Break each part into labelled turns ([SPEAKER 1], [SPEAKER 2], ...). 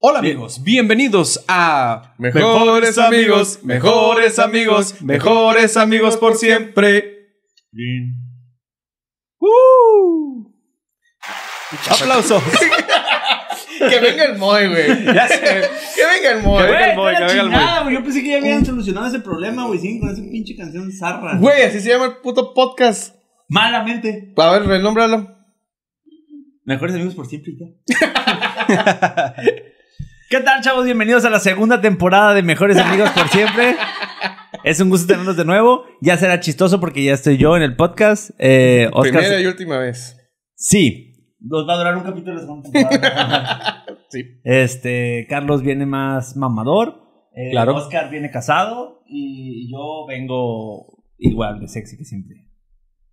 [SPEAKER 1] Hola amigos, bienvenidos a
[SPEAKER 2] Mejores amigos, mejores amigos, mejores amigos por siempre.
[SPEAKER 1] ¡Uh! Aplausos.
[SPEAKER 2] Que venga el Moy, güey.
[SPEAKER 1] Ya sé.
[SPEAKER 2] Que venga el Moy.
[SPEAKER 1] Que venga
[SPEAKER 3] Güey,
[SPEAKER 1] el boy,
[SPEAKER 3] está la
[SPEAKER 1] que venga el
[SPEAKER 3] chingada, güey. Yo pensé que ya habían solucionado ese problema, güey. Siguen con esa pinche canción zarra.
[SPEAKER 2] Güey, así se llama el puto podcast.
[SPEAKER 3] Malamente.
[SPEAKER 2] A ver, renómbralo.
[SPEAKER 3] Mejores amigos por siempre y ya. ¿Qué tal, chavos? Bienvenidos a la segunda temporada de Mejores Amigos por Siempre. Es un gusto tenerlos de nuevo. Ya será chistoso porque ya estoy yo en el podcast. Eh, Oscar.
[SPEAKER 2] Primera y última vez.
[SPEAKER 3] Sí. Nos va a durar un capítulo de la segunda temporada.
[SPEAKER 2] Sí.
[SPEAKER 3] Este, Carlos viene más mamador. eh,
[SPEAKER 1] Claro.
[SPEAKER 3] Oscar viene casado. Y yo vengo igual de sexy que siempre.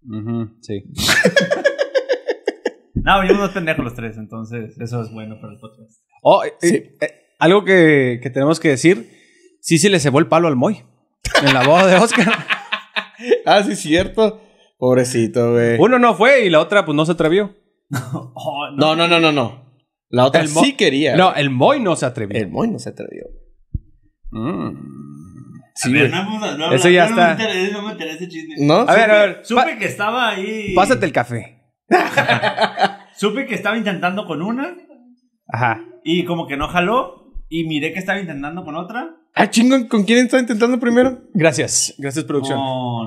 [SPEAKER 1] Ujú, sí.
[SPEAKER 3] No, venimos unos pendejos los tres, entonces eso es bueno para el podcast.
[SPEAKER 1] Oh, eh, eh, algo que, que tenemos que decir. Sí, sí le cebó el palo al Moy. En la boda de Oscar.
[SPEAKER 2] Ah, sí, cierto. Pobrecito, güey.
[SPEAKER 1] Uno no fue y la otra pues no se atrevió.
[SPEAKER 3] Oh, no.
[SPEAKER 2] No, no, no, no, no. La otra
[SPEAKER 1] El Moy-
[SPEAKER 2] sí quería.
[SPEAKER 1] No, el Moy no se atrevió. Mm.
[SPEAKER 2] El Moy no se atrevió.
[SPEAKER 1] Sí,
[SPEAKER 3] A ver,
[SPEAKER 1] güey.
[SPEAKER 3] no, no, no,
[SPEAKER 1] Eso
[SPEAKER 3] no, no
[SPEAKER 1] ya está. Mm,
[SPEAKER 3] Me interesa, no me interesa ese chisme.
[SPEAKER 2] ¿No?
[SPEAKER 1] A ver, a ver.
[SPEAKER 3] Supe
[SPEAKER 1] pa-
[SPEAKER 3] que estaba ahí.
[SPEAKER 1] pásate el café.
[SPEAKER 3] Supe que estaba intentando con una
[SPEAKER 1] Ajá.
[SPEAKER 3] y como que no jaló. Y miré que estaba intentando con otra.
[SPEAKER 2] Ah, chingón, ¿con quién está intentando primero?
[SPEAKER 1] Gracias. Gracias, producción.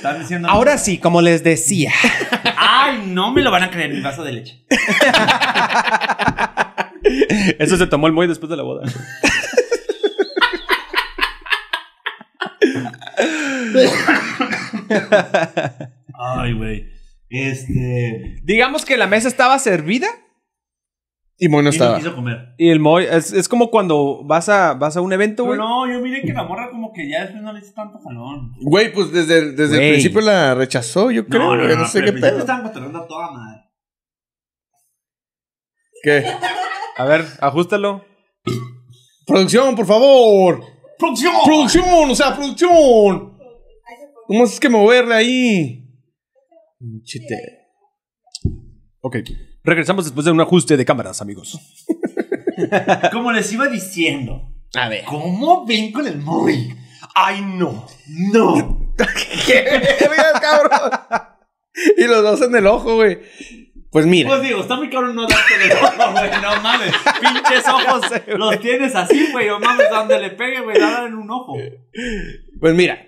[SPEAKER 3] No, no, están diciendo.
[SPEAKER 1] Ahora sí, como les decía.
[SPEAKER 3] Ay, no me lo van a creer, mi vaso de leche.
[SPEAKER 1] Eso se tomó el Moy después de la boda.
[SPEAKER 3] Ay, güey. Este.
[SPEAKER 1] Digamos que la mesa estaba servida.
[SPEAKER 2] Y Moy no
[SPEAKER 3] y no
[SPEAKER 2] estaba.
[SPEAKER 3] quiso comer.
[SPEAKER 1] Y el Moy, es, es como cuando vas a, vas a un evento,
[SPEAKER 3] Pero
[SPEAKER 1] güey.
[SPEAKER 3] no, yo miré que la morra como que ya después no le hizo tanto jalón.
[SPEAKER 2] Güey, pues desde, el- desde
[SPEAKER 1] Güey.
[SPEAKER 2] el principio la rechazó, yo creo.
[SPEAKER 3] No, no,
[SPEAKER 2] güey,
[SPEAKER 3] no,
[SPEAKER 2] no sé
[SPEAKER 3] pero
[SPEAKER 2] qué
[SPEAKER 3] al principio
[SPEAKER 2] pedo.
[SPEAKER 3] estaban cotorreando a toda madre.
[SPEAKER 2] ¿Qué?
[SPEAKER 1] A ver, ajustalo.
[SPEAKER 2] Producción, por favor.
[SPEAKER 3] ¡Producción!
[SPEAKER 2] Producción, o sea, producción. ¿Cómo es que moverle ahí? Chiste. Ok.
[SPEAKER 1] Regresamos después de un ajuste de cámaras, amigos.
[SPEAKER 3] Como les iba diciendo,
[SPEAKER 2] A ver.
[SPEAKER 3] ¿cómo ven con el móvil? Ay, no, no.
[SPEAKER 2] ¿Qué? vergas, cabrón? Y los dos en el ojo, güey. Pues mira.
[SPEAKER 3] Pues digo, está muy cabrón no darte el ojo, güey, no mames. Pinches ojos, los tienes así, güey, no mames, a donde le pegue, güey, dale en un ojo.
[SPEAKER 2] Pues mira.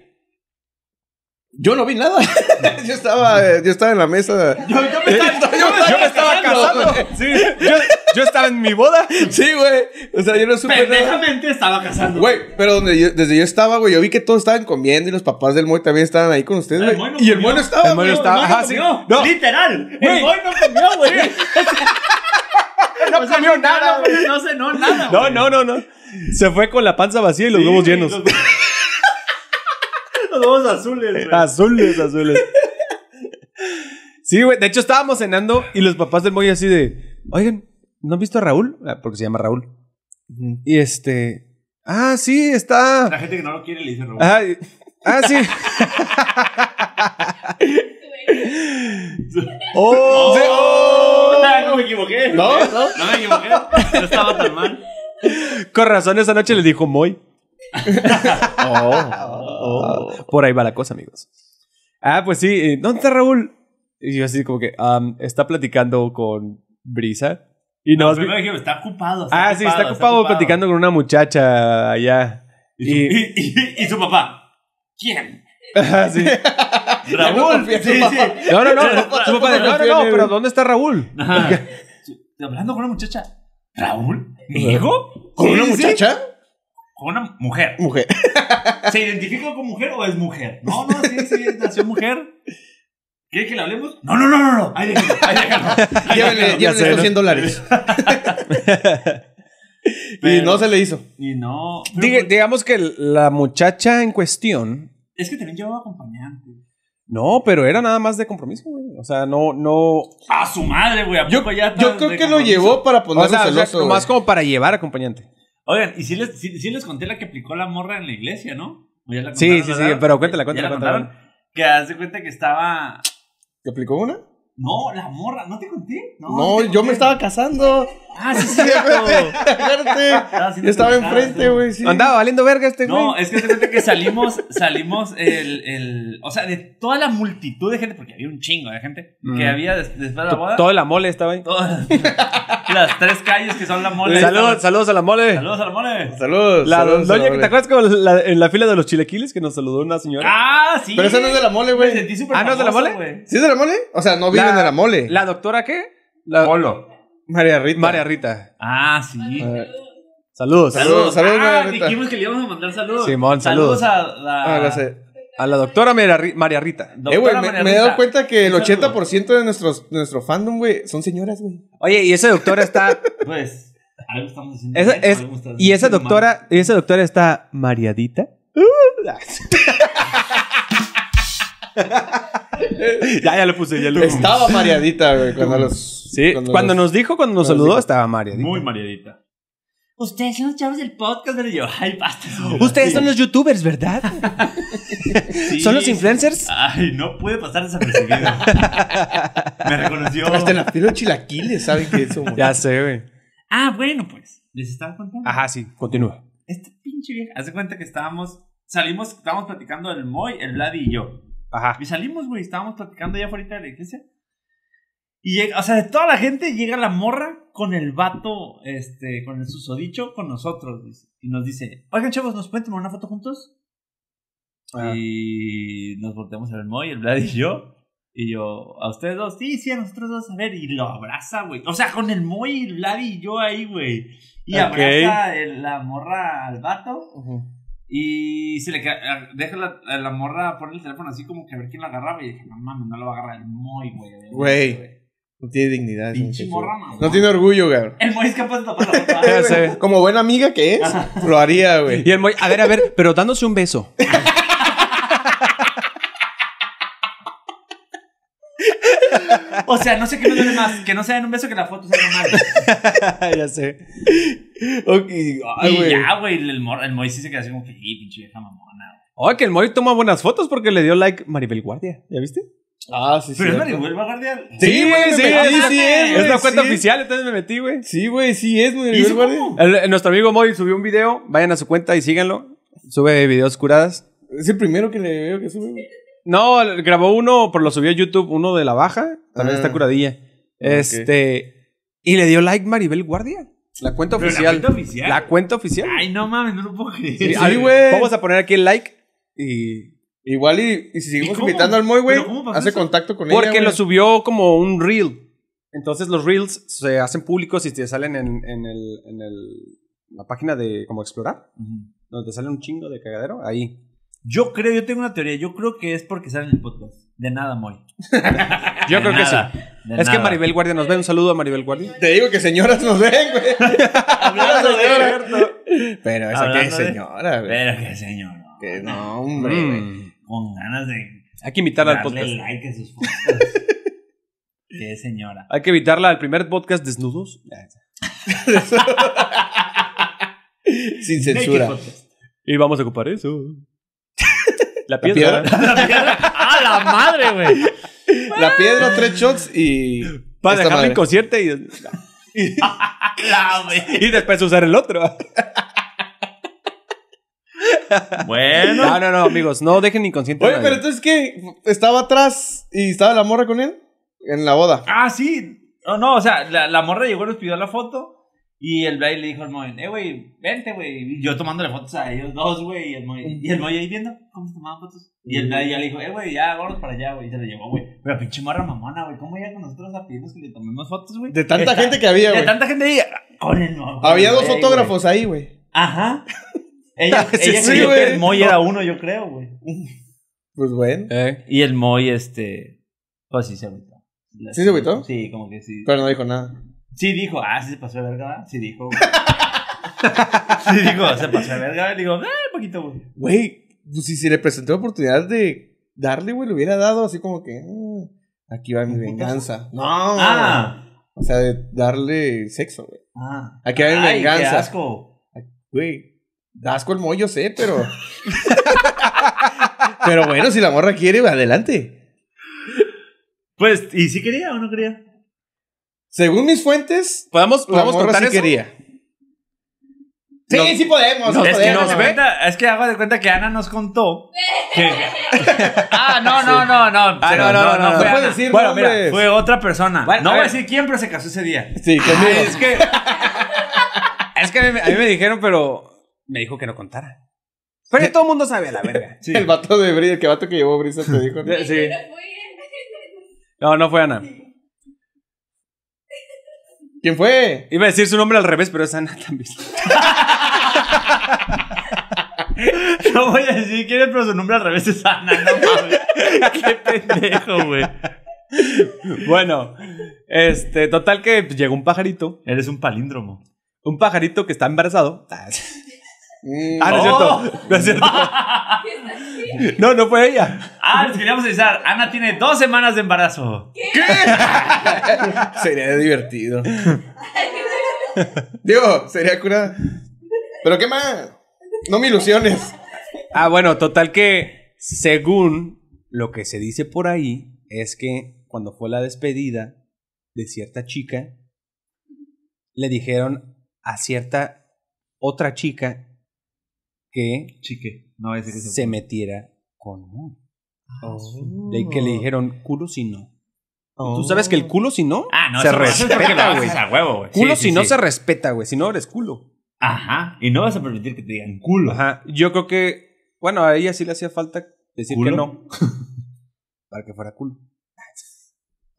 [SPEAKER 2] Yo no vi nada. yo estaba, eh, yo estaba en la mesa.
[SPEAKER 3] Yo, yo me estaba,
[SPEAKER 1] Eh, Yo me estaba casando. Sí, yo, yo estaba en mi boda.
[SPEAKER 2] Sí, güey. O sea, yo no supe nada.
[SPEAKER 3] Pendejamente estaba casando.
[SPEAKER 2] Güey, pero donde yo- desde yo estaba, güey, yo vi que todos estaban comiendo y los papás del Moy también estaban ahí con ustedes,
[SPEAKER 3] El
[SPEAKER 2] güey.
[SPEAKER 3] Moy no
[SPEAKER 2] y el
[SPEAKER 3] comió.
[SPEAKER 2] Moy no estaba,
[SPEAKER 1] El Moy no
[SPEAKER 2] güey.
[SPEAKER 1] estaba.
[SPEAKER 3] Ajá,
[SPEAKER 1] Ajá, sí. No.
[SPEAKER 3] Literal.
[SPEAKER 1] Güey.
[SPEAKER 3] El boy no comió, güey.
[SPEAKER 1] No comió nada, güey.
[SPEAKER 3] No sé, no, nada.
[SPEAKER 1] No,
[SPEAKER 3] güey.
[SPEAKER 1] no, no, no. Se fue con la panza vacía y los
[SPEAKER 3] Sí,
[SPEAKER 1] huevos
[SPEAKER 3] güey,
[SPEAKER 1] llenos.
[SPEAKER 3] Los los huevos azules, güey.
[SPEAKER 1] Ah. Azules, azules. Sí, güey. De hecho, estábamos cenando y los papás del Moy así de, oigan, ¿no han visto a Raúl? Ah, Porque se llama Raúl. Y este, ah, sí,
[SPEAKER 3] La
[SPEAKER 1] está.
[SPEAKER 3] gente que no lo quiere le dice Raúl.
[SPEAKER 1] Ah, y- ah, sí. oh, sí, oh.
[SPEAKER 3] Ah, no me equivoqué.
[SPEAKER 2] No, no.
[SPEAKER 3] No me equivoqué. No estaba tan mal.
[SPEAKER 1] Con razón, esa noche le dijo Moy. Oh, Por ahí va la cosa, amigos. Ah, pues sí. eh, ¿Dónde está Raúl? Y yo así como que, am, está platicando con Brisa. Y no,
[SPEAKER 3] Primero dije, está ocupado.
[SPEAKER 1] Ah, sí, Ah, está ocupado platicando con una muchacha allá.
[SPEAKER 3] Y,
[SPEAKER 1] Y,
[SPEAKER 3] y, y- y su papá. ¿Quién?
[SPEAKER 1] Ajá, ah, sí.
[SPEAKER 3] Raúl.
[SPEAKER 2] confía en
[SPEAKER 3] sí,
[SPEAKER 2] su papá.
[SPEAKER 3] sí.
[SPEAKER 1] No, no, no. Su papá
[SPEAKER 2] tampoco
[SPEAKER 1] no, no,
[SPEAKER 2] confía en
[SPEAKER 1] no,
[SPEAKER 2] él.
[SPEAKER 1] pero ¿dónde está Raúl?
[SPEAKER 3] Ajá. Hablando con una muchacha. ¿Raúl? ¿Mi hijo?
[SPEAKER 2] ¿Con una
[SPEAKER 3] Sí, sí.
[SPEAKER 2] muchacha?
[SPEAKER 3] Con una mujer.
[SPEAKER 2] Mujer.
[SPEAKER 3] ¿Se identifica con mujer o es mujer? No, no, sí, sí, nació mujer. ¿Quiere que le hablemos? No, no, no, no, no. Ahí déjalo, ahí déjalo. Ahí
[SPEAKER 2] Llévenle,
[SPEAKER 3] déjalo.
[SPEAKER 1] ya sé,
[SPEAKER 2] llévenle
[SPEAKER 1] ¿no?
[SPEAKER 2] 100 dólares. Y
[SPEAKER 3] Pero-
[SPEAKER 2] no se le hizo.
[SPEAKER 3] Y no. pero pues,
[SPEAKER 1] Diga-
[SPEAKER 3] por-
[SPEAKER 1] digamos que la muchacha en cuestión.
[SPEAKER 3] Es que también llevaba acompañante.
[SPEAKER 1] No, pero era nada más de compromiso, güey. O sea, no, no.
[SPEAKER 3] A su madre, güey. ¿a
[SPEAKER 2] Yo,
[SPEAKER 3] poco ya
[SPEAKER 2] yo
[SPEAKER 3] tan
[SPEAKER 2] creo
[SPEAKER 3] de
[SPEAKER 2] que lo
[SPEAKER 3] compromiso?
[SPEAKER 2] llevó para
[SPEAKER 1] O
[SPEAKER 2] ponerlo
[SPEAKER 1] sea, o sea,
[SPEAKER 2] Pues celoso.
[SPEAKER 1] nomás
[SPEAKER 2] güey.
[SPEAKER 1] como para llevar acompañante.
[SPEAKER 3] Oigan, y sí les, sí, sí les conté la que aplicó la morra en la iglesia, ¿no? ¿O ya la
[SPEAKER 1] Sí,
[SPEAKER 3] contaron,
[SPEAKER 1] sí, sí,
[SPEAKER 3] verdad?
[SPEAKER 1] pero cuéntala,
[SPEAKER 3] ¿Ya
[SPEAKER 1] cuéntala,
[SPEAKER 3] la
[SPEAKER 1] cuéntala.
[SPEAKER 3] contaron? Que hace cuenta que estaba.
[SPEAKER 2] ¿Te aplicó una?
[SPEAKER 3] No, la morra, ¿no te conté?
[SPEAKER 2] No,
[SPEAKER 3] te
[SPEAKER 2] yo me
[SPEAKER 3] conté.
[SPEAKER 2] estaba casando.
[SPEAKER 3] Ah, sí, sí, cierto.
[SPEAKER 2] Espérate.
[SPEAKER 3] haciendo
[SPEAKER 2] Yo estaba
[SPEAKER 3] pendejadas,
[SPEAKER 2] enfrente,
[SPEAKER 3] ¿no?
[SPEAKER 2] güey. Sí.
[SPEAKER 1] Andaba valiendo verga este güey.
[SPEAKER 3] No, es que se cuenta que salimos, salimos el, el, o sea, de toda la multitud de gente, porque había un chingo de gente que
[SPEAKER 1] Mm.
[SPEAKER 3] había des- después de la boda.
[SPEAKER 1] T- Toda la mole estaba ahí.
[SPEAKER 3] todas las tres calles que son la mole.
[SPEAKER 1] Saludos, saludos a la mole.
[SPEAKER 3] saludos a la mole.
[SPEAKER 2] Saludos.
[SPEAKER 1] La
[SPEAKER 2] saludos,
[SPEAKER 1] doña que
[SPEAKER 2] saludos.
[SPEAKER 1] te acuerdas con la- en la fila de los chilequiles que nos saludó una señora.
[SPEAKER 3] Ah, sí.
[SPEAKER 2] Pero esa no es de la mole,
[SPEAKER 3] Me
[SPEAKER 2] güey.
[SPEAKER 3] sentí súper
[SPEAKER 1] Ah, ¿no es de la
[SPEAKER 3] famoso,
[SPEAKER 1] mole?
[SPEAKER 3] güey.
[SPEAKER 2] ¿Sí es de la mole? O sea, no viven de la mole.
[SPEAKER 1] ¿La doctora qué? La
[SPEAKER 4] Polo.
[SPEAKER 2] María Rita.
[SPEAKER 1] María Rita.
[SPEAKER 3] Ah, sí.
[SPEAKER 1] Saludos.
[SPEAKER 2] Saludos, saludos,
[SPEAKER 3] ah,
[SPEAKER 2] María Rita.
[SPEAKER 3] dijimos que le íbamos a mandar saludos.
[SPEAKER 1] Simón,
[SPEAKER 3] saludos.
[SPEAKER 1] saludos.
[SPEAKER 3] a la,
[SPEAKER 2] Ah, la sé.
[SPEAKER 1] A la doctora María Ri- María Rita.
[SPEAKER 3] doctora
[SPEAKER 2] Eh, güey, me,
[SPEAKER 3] María
[SPEAKER 2] me he
[SPEAKER 3] Rita.
[SPEAKER 2] dado cuenta que el
[SPEAKER 3] Un saludo.
[SPEAKER 2] 80% de nuestros, nuestro fandom, güey, son señoras, güey.
[SPEAKER 1] Oye, y esa doctora está.
[SPEAKER 3] Pues, algo estamos haciendo.
[SPEAKER 1] esa-
[SPEAKER 3] bien,
[SPEAKER 1] es-
[SPEAKER 3] algo estás
[SPEAKER 1] y esa
[SPEAKER 3] haciendo mal.
[SPEAKER 1] doctora, y esa doctora está mariadita. ya, ya lo puse, ya lo puse.
[SPEAKER 2] Estaba mareadita, güey, cuando los...
[SPEAKER 1] Sí, cuando,
[SPEAKER 2] los-
[SPEAKER 1] nos dijo,
[SPEAKER 2] cuando
[SPEAKER 1] cuando nos
[SPEAKER 2] nos
[SPEAKER 1] saludó,
[SPEAKER 2] dijo.
[SPEAKER 1] estaba mariadita.
[SPEAKER 3] Muy mariadita. Ustedes son los chavos del podcast, pero yo, ay, basta. señora.
[SPEAKER 1] Ustedes son los youtubers, ¿verdad?
[SPEAKER 3] Sí.
[SPEAKER 1] ¿Son los influencers?
[SPEAKER 3] Ay, no puede pasar desapercibido. Me reconoció.
[SPEAKER 2] Hasta en la fila de chilaquiles saben que eso, güey.
[SPEAKER 1] Ya sé, güey.
[SPEAKER 3] Ah, bueno, pues. Les estaba contando.
[SPEAKER 1] Ajá, sí, continúa.
[SPEAKER 3] Esta pinche vieja. Haz de cuenta que estábamos. Salimos, estábamos platicando el Moy, el Vladi y yo.
[SPEAKER 1] Ajá.
[SPEAKER 3] Y salimos, güey, estábamos platicando ya afuera de la iglesia. Y llega, o sea, de toda la gente llega la morra con el vato, este, con el susodicho, con nosotros, dice. Y nos dice, oigan, chavos, ¿nos pueden tomar una foto juntos?
[SPEAKER 1] Ah.
[SPEAKER 3] Y nos volteamos a ver Moy, el Vlad y yo. Y yo, a ustedes dos, sí, sí, a nosotros dos, a ver. Y lo abraza, güey. O sea, con el Moy, el Vlad y yo ahí, güey. Y
[SPEAKER 1] Ok.
[SPEAKER 3] abraza el- la morra al vato. Y se le queda, deja la, a la morra poner el teléfono así como que a ver quién la agarraba. Y dije, no mames, no lo va a agarrar el Moy, güey. obviamente,
[SPEAKER 2] Güey. No tiene dignidad. esa
[SPEAKER 3] Pinche
[SPEAKER 2] muchacha.
[SPEAKER 3] morra, mamá.
[SPEAKER 2] No tiene orgullo, güey.
[SPEAKER 3] El Moy es capaz de tapar la boca.
[SPEAKER 1] Ya sé.
[SPEAKER 2] Como buena amiga que es, lo haría, güey.
[SPEAKER 1] Y el Moy, a ver, a ver, pero dándose un beso.
[SPEAKER 3] O sea, no sé qué me duele más. Que no se den un beso que la foto sea normal.
[SPEAKER 1] ya sé.
[SPEAKER 2] Ok, ay,
[SPEAKER 3] y
[SPEAKER 2] güey.
[SPEAKER 3] ya, güey, el, mor- el Moy sí se queda así como que, "Ey, pinche vieja mamona. güey".
[SPEAKER 1] Oh, que el Moy toma buenas fotos porque le dio like Maribel Guardia. ¿Ya viste?
[SPEAKER 2] Ah, sí, sí.
[SPEAKER 3] Pero es Maribel Guardia.
[SPEAKER 2] Sí, güey, sí,
[SPEAKER 1] es,
[SPEAKER 2] sí, sí es,
[SPEAKER 1] es
[SPEAKER 2] güey,
[SPEAKER 1] la cuenta
[SPEAKER 2] sí es.
[SPEAKER 1] oficial, entonces me metí, güey.
[SPEAKER 2] Sí, güey, sí es, güey.
[SPEAKER 3] ¿Y eso
[SPEAKER 2] Guardia.
[SPEAKER 3] cómo?
[SPEAKER 1] El- el- nuestro amigo Moy subió un video, vayan a su cuenta y síganlo. Sube videos curadas.
[SPEAKER 2] Es el primero que le veo que sube, güey.
[SPEAKER 1] No, el- grabó uno, pero lo subió a YouTube, uno de la baja, también
[SPEAKER 2] Ah.
[SPEAKER 1] está curadilla. Este, y le dio like Maribel Guardia, la cuenta
[SPEAKER 3] Pero la
[SPEAKER 1] oficial.
[SPEAKER 3] cuenta oficial.
[SPEAKER 1] La cuenta oficial.
[SPEAKER 3] Ay, no mames, no lo puedo creer.
[SPEAKER 1] Sí,
[SPEAKER 2] sí,
[SPEAKER 1] a ver,
[SPEAKER 2] güey.
[SPEAKER 1] Vamos a poner aquí el like y
[SPEAKER 2] Igual y, y si
[SPEAKER 3] ¿Y
[SPEAKER 2] seguimos
[SPEAKER 3] cómo?
[SPEAKER 2] invitando al Moy, güey,
[SPEAKER 3] ¿Pero cómo pasó
[SPEAKER 2] hace
[SPEAKER 3] eso?
[SPEAKER 2] contacto con ella.
[SPEAKER 1] Porque
[SPEAKER 2] güey.
[SPEAKER 1] lo subió como un reel. Entonces los reels se hacen públicos y te salen en, en el, en el- la página de como explorar,
[SPEAKER 3] Ujú.
[SPEAKER 1] donde te sale un chingo de cagadero, ahí.
[SPEAKER 3] Yo creo, yo tengo una teoría. Yo creo que es porque sale en el podcast. De nada, Moy.
[SPEAKER 1] Yo
[SPEAKER 3] De
[SPEAKER 1] creo que sí.
[SPEAKER 3] nada, de
[SPEAKER 1] Es que
[SPEAKER 3] nada.
[SPEAKER 1] Maribel Guardia nos ve, un saludo a Maribel Guardia.
[SPEAKER 2] Te digo que señoras nos ven, güey.
[SPEAKER 3] Hablando de-
[SPEAKER 2] Pero esa que es
[SPEAKER 3] Hablando de-
[SPEAKER 2] señora, güey.
[SPEAKER 3] Pero que señor, no.
[SPEAKER 2] Que no, hombre, güey.
[SPEAKER 1] Mm.
[SPEAKER 3] con ganas de
[SPEAKER 1] Hay que invitarla al
[SPEAKER 3] darle
[SPEAKER 1] podcast.
[SPEAKER 3] like a sus fotos. Qué señora.
[SPEAKER 1] Hay que invitarla al primer podcast desnudos.
[SPEAKER 2] Sin censura.
[SPEAKER 3] Naked Podcast.
[SPEAKER 1] Y vamos a ocupar eso. La
[SPEAKER 2] La
[SPEAKER 1] piedra.
[SPEAKER 2] piedra,
[SPEAKER 5] ¡A la madre, güey!
[SPEAKER 2] la piedra, tres shots y.
[SPEAKER 1] Para
[SPEAKER 2] esta
[SPEAKER 1] dejarla
[SPEAKER 2] madre.
[SPEAKER 1] inconsciente y,
[SPEAKER 3] La ve-
[SPEAKER 1] y después usar el otro.
[SPEAKER 3] bueno.
[SPEAKER 1] No, no, no, amigos. No dejen inconsciente. a
[SPEAKER 2] Oye,
[SPEAKER 1] nadie.
[SPEAKER 2] pero entonces, ¿qué? Estaba atrás y estaba la morra con él en la boda.
[SPEAKER 3] Ah, sí. No, no, o sea, la, la morra llegó, nos pidió la foto. Y el Blay le dijo al Moen, eh, güey, vente, güey. Y Yo tomándole fotos a ellos dos, güey. Y el Moen, y el Moen ahí viendo cómo se tomaban fotos. Y el Blay ya le dijo, eh, güey, ya, vámonos para allá, güey. Y se lo llevó, güey. Pero pinche morra mamona, güey. ¿Cómo llega con nosotros a pedirnos que le tomemos fotos, güey?
[SPEAKER 2] De tanta
[SPEAKER 3] Está-
[SPEAKER 2] gente que había,
[SPEAKER 3] De
[SPEAKER 2] güey.
[SPEAKER 3] tanta gente ahí. Con el Moen,
[SPEAKER 2] Había dos
[SPEAKER 3] güey, güey.
[SPEAKER 2] fotógrafos ahí, güey.
[SPEAKER 3] Ajá. Ella,
[SPEAKER 1] Sí,
[SPEAKER 3] ella
[SPEAKER 1] sí,
[SPEAKER 3] creyó que
[SPEAKER 2] güey.
[SPEAKER 3] el Moy era uno, yo creo, güey.
[SPEAKER 2] Pues bueno.
[SPEAKER 1] Eh,
[SPEAKER 3] Y el Moy, este. Pues sí se agüitó.
[SPEAKER 2] ¿Sí se agüitó?
[SPEAKER 3] Sí, como que sí.
[SPEAKER 2] Pero no dijo nada.
[SPEAKER 3] Sí dijo, ah, sí se pasó de verga, ¿verdad? Sí dijo. güey. sí dijo, se pasó de verga. Y digo, ah, poquito, güey.
[SPEAKER 2] Güey, pues si se le presentó la oportunidad de darle, güey, le hubiera dado así como que. "Ah, aquí va mi venganza. No.
[SPEAKER 3] Ah,
[SPEAKER 2] O sea, de darle sexo, güey.
[SPEAKER 3] ah.
[SPEAKER 2] Aquí hay
[SPEAKER 3] Ay,
[SPEAKER 2] venganza.
[SPEAKER 3] Qué asco.
[SPEAKER 2] Güey, da asco el mollo, sé, pero. pero bueno, si la morra quiere, adelante.
[SPEAKER 3] Pues, ¿y si quería o no quería?
[SPEAKER 2] Según mis fuentes,
[SPEAKER 1] ¿Podemos,
[SPEAKER 2] la
[SPEAKER 1] podemos
[SPEAKER 2] morra
[SPEAKER 1] cortar
[SPEAKER 2] sí
[SPEAKER 1] eso?
[SPEAKER 2] quería. Sí,
[SPEAKER 1] No.
[SPEAKER 2] sí podemos.
[SPEAKER 1] No,
[SPEAKER 2] sí
[SPEAKER 1] es que
[SPEAKER 2] podemos.
[SPEAKER 1] nos
[SPEAKER 3] de
[SPEAKER 1] ve.
[SPEAKER 3] cuenta- es que hago de cuenta que Ana nos contó que- Ah, no, no, no, no.
[SPEAKER 1] Ah,
[SPEAKER 3] pero
[SPEAKER 1] no, no, no,
[SPEAKER 2] No
[SPEAKER 3] fue
[SPEAKER 1] no, puedes
[SPEAKER 3] Ana.
[SPEAKER 2] puedes decir
[SPEAKER 1] Bueno, mira,
[SPEAKER 2] nombres.
[SPEAKER 3] Fue otra persona.
[SPEAKER 1] Bueno,
[SPEAKER 3] no
[SPEAKER 1] a
[SPEAKER 3] voy a
[SPEAKER 1] ver.
[SPEAKER 3] decir quién, pero se casó ese día.
[SPEAKER 2] Sí,
[SPEAKER 1] Ay,
[SPEAKER 2] conmigo.
[SPEAKER 1] es que. es que a mí, me- a mí me dijeron, pero me dijo que no contara. Pero ya todo el mundo sabe a la verga.
[SPEAKER 2] El vato de Brisa, el que vato que llevó Brisa te dijo. ¿no?
[SPEAKER 1] Sí.
[SPEAKER 4] Muy bien.
[SPEAKER 1] No, no fue Ana.
[SPEAKER 2] ¿Quién fue?
[SPEAKER 1] Iba a decir su nombre al revés, pero es Ana también.
[SPEAKER 3] No voy a decir quién es, pero su nombre al revés es Ana. No mames. Qué pendejo, güey.
[SPEAKER 1] Bueno, este, total que llegó un pajarito.
[SPEAKER 3] Eres un palíndromo.
[SPEAKER 1] Un pajarito que está embarazado.
[SPEAKER 2] Mm,
[SPEAKER 1] Ah, no es
[SPEAKER 3] Oh.
[SPEAKER 1] cierto. No es cierto. No, no fue ella.
[SPEAKER 3] Ah, les queríamos avisar. Ana tiene dos semanas de embarazo.
[SPEAKER 2] Sería divertido. Digo, sería curada. Pero qué más. No me ilusiones.
[SPEAKER 1] Ah, bueno, total que según lo que se dice por ahí es que cuando fue la despedida de cierta chica le dijeron a cierta otra chica que
[SPEAKER 3] Chique. No voy a decir que
[SPEAKER 1] se metiera con Moy. Oh. De que
[SPEAKER 2] Oh.
[SPEAKER 1] le dijeron culo si no. Tú sabes que el culo si no
[SPEAKER 3] Ah, no,
[SPEAKER 1] se
[SPEAKER 3] eso lo haces porque lo
[SPEAKER 1] respeta, güey.
[SPEAKER 3] haces a huevo, güey.
[SPEAKER 1] Culo
[SPEAKER 3] Sí,
[SPEAKER 1] si
[SPEAKER 3] sí,
[SPEAKER 1] no
[SPEAKER 3] sí.
[SPEAKER 1] se respeta, güey. Si no eres culo.
[SPEAKER 3] Ajá. Y no vas a permitir que te digan culo.
[SPEAKER 1] Ajá. Yo creo que, bueno, a ella sí le hacía falta decir
[SPEAKER 3] ¿Culo?
[SPEAKER 1] que no. Para que fuera culo.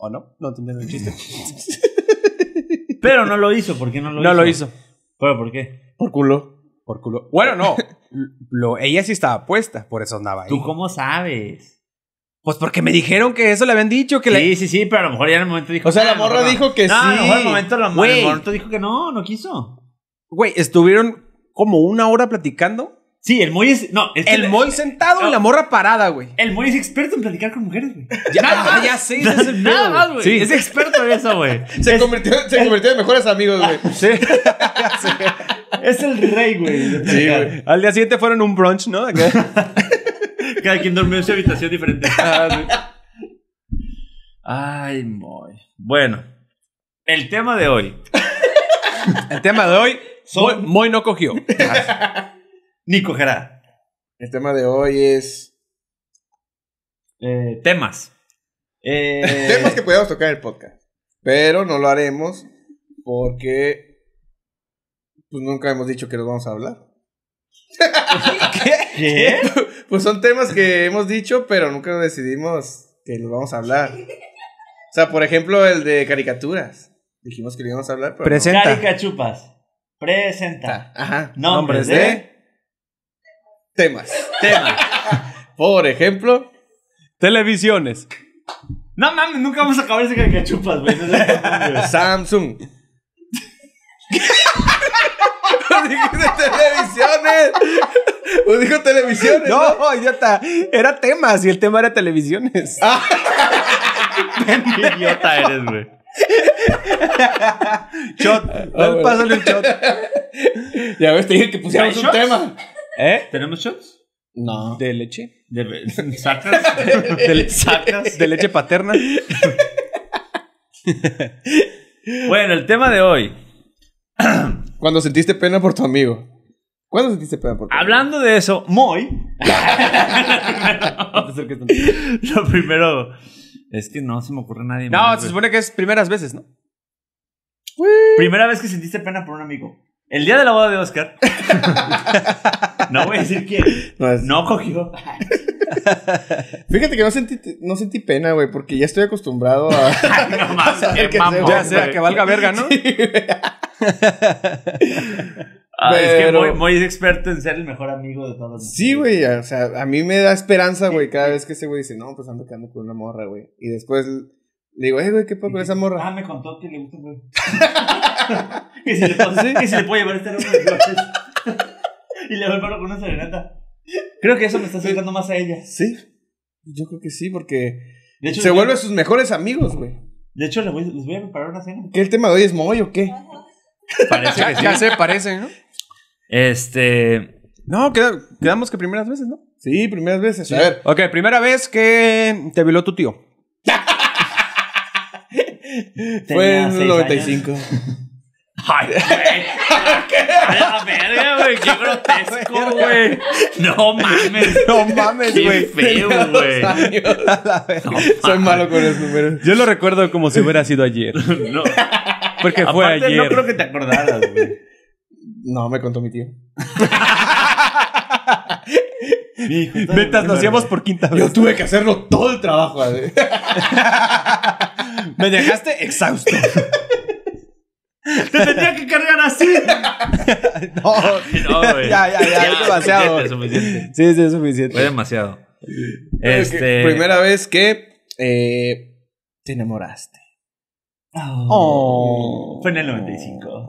[SPEAKER 1] ¿O no? No entendieron el chiste.
[SPEAKER 3] Pero no lo hizo. ¿Por qué no lo hizo?
[SPEAKER 1] No lo hizo.
[SPEAKER 3] ¿Pero por qué?
[SPEAKER 2] Por culo.
[SPEAKER 1] Por culo. Bueno, no. Lo- ella sí estaba puesta, por eso andaba ahí.
[SPEAKER 3] ¿Tú cómo sabes?
[SPEAKER 1] Pues porque me dijeron que eso le habían dicho, que la-
[SPEAKER 3] Sí, sí, sí, pero a lo mejor ya en el momento dijo.
[SPEAKER 2] O sea, la
[SPEAKER 3] "Ah,
[SPEAKER 2] morra
[SPEAKER 3] mejor no".
[SPEAKER 2] dijo que
[SPEAKER 3] no, A lo
[SPEAKER 2] sí.
[SPEAKER 3] mejor el momento la morra.
[SPEAKER 1] Güey.
[SPEAKER 3] El momento dijo que no, no quiso.
[SPEAKER 1] Güey, estuvieron como una hora platicando.
[SPEAKER 3] Sí, el Moy es. No, es que eh,
[SPEAKER 1] El Moy sentado y la morra parada, güey.
[SPEAKER 3] El Moy es experto en platicar con mujeres, güey.
[SPEAKER 1] Ya, ah, ya sé, ese es el
[SPEAKER 3] Nada
[SPEAKER 1] pedo,
[SPEAKER 3] más, güey.
[SPEAKER 1] Sí.
[SPEAKER 3] Es experto en eso, güey.
[SPEAKER 2] Se convirtió, se convirtió en mejores amigos, güey.
[SPEAKER 3] Es el rey, güey. de
[SPEAKER 2] Sí,
[SPEAKER 3] platicar.
[SPEAKER 2] güey.
[SPEAKER 1] Al día siguiente fueron un brunch, ¿no? Acá.
[SPEAKER 3] Cada quien dormió en su habitación diferente. Ay, Moy. Bueno, el tema de hoy.
[SPEAKER 1] El tema de hoy, Moy,
[SPEAKER 3] Son-
[SPEAKER 1] Moy no cogió.
[SPEAKER 3] Ni cogerá.
[SPEAKER 2] El tema de hoy es.
[SPEAKER 3] Eh, temas. Eh,
[SPEAKER 2] Temas que podíamos tocar en el podcast. Pero no lo haremos porque. Pues nunca hemos dicho que los vamos a hablar.
[SPEAKER 3] ¿Qué?
[SPEAKER 2] Pues son temas que hemos dicho, pero nunca decidimos que los vamos a hablar. O sea, por ejemplo, el de caricaturas. Dijimos que lo íbamos a hablar, pero. no. Ah,
[SPEAKER 1] Presenta.
[SPEAKER 3] Carica Chupas. Presenta.
[SPEAKER 2] Ajá.
[SPEAKER 3] Nombres
[SPEAKER 1] Nombres
[SPEAKER 3] de,
[SPEAKER 1] de-
[SPEAKER 2] Temas.
[SPEAKER 3] temas.
[SPEAKER 2] Por ejemplo,
[SPEAKER 1] Televisiones.
[SPEAKER 3] No mames, nunca vamos a acabar ese carica Chupas, güey. No sé cómo, güey.
[SPEAKER 2] Samsung. Dijiste televisiones. Pues dijo televisiones. No.
[SPEAKER 1] No, idiota. Era temas y el tema era televisiones.
[SPEAKER 3] Qué idiota eres, güey.
[SPEAKER 1] Shot.
[SPEAKER 2] bueno.
[SPEAKER 1] Pásale un shot.
[SPEAKER 2] Ya ves, te dije que pusiéramos un
[SPEAKER 3] ¿Hay shots?
[SPEAKER 2] tema.
[SPEAKER 1] ¿Eh?
[SPEAKER 3] ¿Tenemos shots?
[SPEAKER 2] No.
[SPEAKER 1] De leche.
[SPEAKER 3] De- ¿Sacas?
[SPEAKER 1] De leche.
[SPEAKER 3] ¿Sacas?
[SPEAKER 1] De leche paterna.
[SPEAKER 3] Bueno, el tema de hoy.
[SPEAKER 2] Cuando sentiste pena por tu amigo. ¿Cuándo sentiste pena por tu amigo?
[SPEAKER 3] Hablando de eso, Moy. Lo primero. Es que no se me ocurre nadie
[SPEAKER 1] No,
[SPEAKER 3] más,
[SPEAKER 1] se
[SPEAKER 3] güey.
[SPEAKER 1] supone que es primeras veces, ¿no?
[SPEAKER 3] Primera vez que sentiste pena por un amigo. El día de la boda de Oscar. no voy a decir quién.
[SPEAKER 2] Ah, No, es-
[SPEAKER 3] No cogió.
[SPEAKER 2] Pues, Fíjate que no sentí, no sentí pena, güey, porque ya estoy acostumbrado a.
[SPEAKER 3] No más,
[SPEAKER 2] Saber
[SPEAKER 3] qué
[SPEAKER 2] que
[SPEAKER 3] mamón,
[SPEAKER 2] se-
[SPEAKER 1] Ya sea
[SPEAKER 3] güey.
[SPEAKER 1] que valga verga, ¿no?
[SPEAKER 3] Ah, Es que
[SPEAKER 2] Pero-
[SPEAKER 3] Moy, Moy es experto en ser el mejor amigo de todos. los-
[SPEAKER 2] Sí, güey, o sea, a mí me da esperanza, güey, cada vez que ese güey dice, no, pues ando quedando con una morra, güey. Y después le digo, eh, güey, ¿qué pasa con esa
[SPEAKER 3] Ah,
[SPEAKER 2] morra?
[SPEAKER 3] me contó que le gusta, güey. que, si le puedo, que si le puedo llevar este aroma de flores. y le vuelvo con una serenata. Creo que eso me está acercando más a ella.
[SPEAKER 2] Sí, yo creo que sí, porque
[SPEAKER 3] De hecho,
[SPEAKER 2] se
[SPEAKER 3] le-
[SPEAKER 2] vuelve sus mejores amigos, güey.
[SPEAKER 3] De hecho, les voy, les voy a preparar una cena.
[SPEAKER 2] ¿Qué el tema de hoy es moy o qué?
[SPEAKER 3] Parece
[SPEAKER 1] Ya, ya se parece, ¿no?
[SPEAKER 3] Este.
[SPEAKER 1] No, queda- quedamos que primeras veces, ¿no?
[SPEAKER 2] Sí, primeras veces. A ver,
[SPEAKER 1] Ok, primera vez que te violó tu tío.
[SPEAKER 2] Fue
[SPEAKER 6] Tenía
[SPEAKER 2] en
[SPEAKER 6] seis
[SPEAKER 2] el 95.
[SPEAKER 6] Ay, güey. A la verga, güey. Qué grotesco, güey. No mames.
[SPEAKER 1] No mames,
[SPEAKER 6] Qué
[SPEAKER 1] güey.
[SPEAKER 6] feo, güey.
[SPEAKER 2] Soy malo con los números.
[SPEAKER 1] Yo lo recuerdo como si hubiera sido ayer.
[SPEAKER 6] No.
[SPEAKER 1] Porque fue
[SPEAKER 6] Aparte,
[SPEAKER 1] ayer.
[SPEAKER 6] no creo que te acordaras, güey.
[SPEAKER 2] No, me contó mi tío.
[SPEAKER 1] Ventas nos íbamos por quinta vez.
[SPEAKER 2] Yo tuve que hacerlo todo el trabajo. ¿eh?
[SPEAKER 1] Me dejaste exhausto.
[SPEAKER 6] Te tenía que cargar así.
[SPEAKER 1] No,
[SPEAKER 6] No, güey.
[SPEAKER 1] ya, ya, ya, es demasiado.
[SPEAKER 6] suficiente, suficiente.
[SPEAKER 1] Sí, sí, es suficiente.
[SPEAKER 3] Fue demasiado.
[SPEAKER 2] Que
[SPEAKER 3] Este.
[SPEAKER 2] Primera vez que eh, te enamoraste.
[SPEAKER 1] Oh.
[SPEAKER 6] Fue en el 95.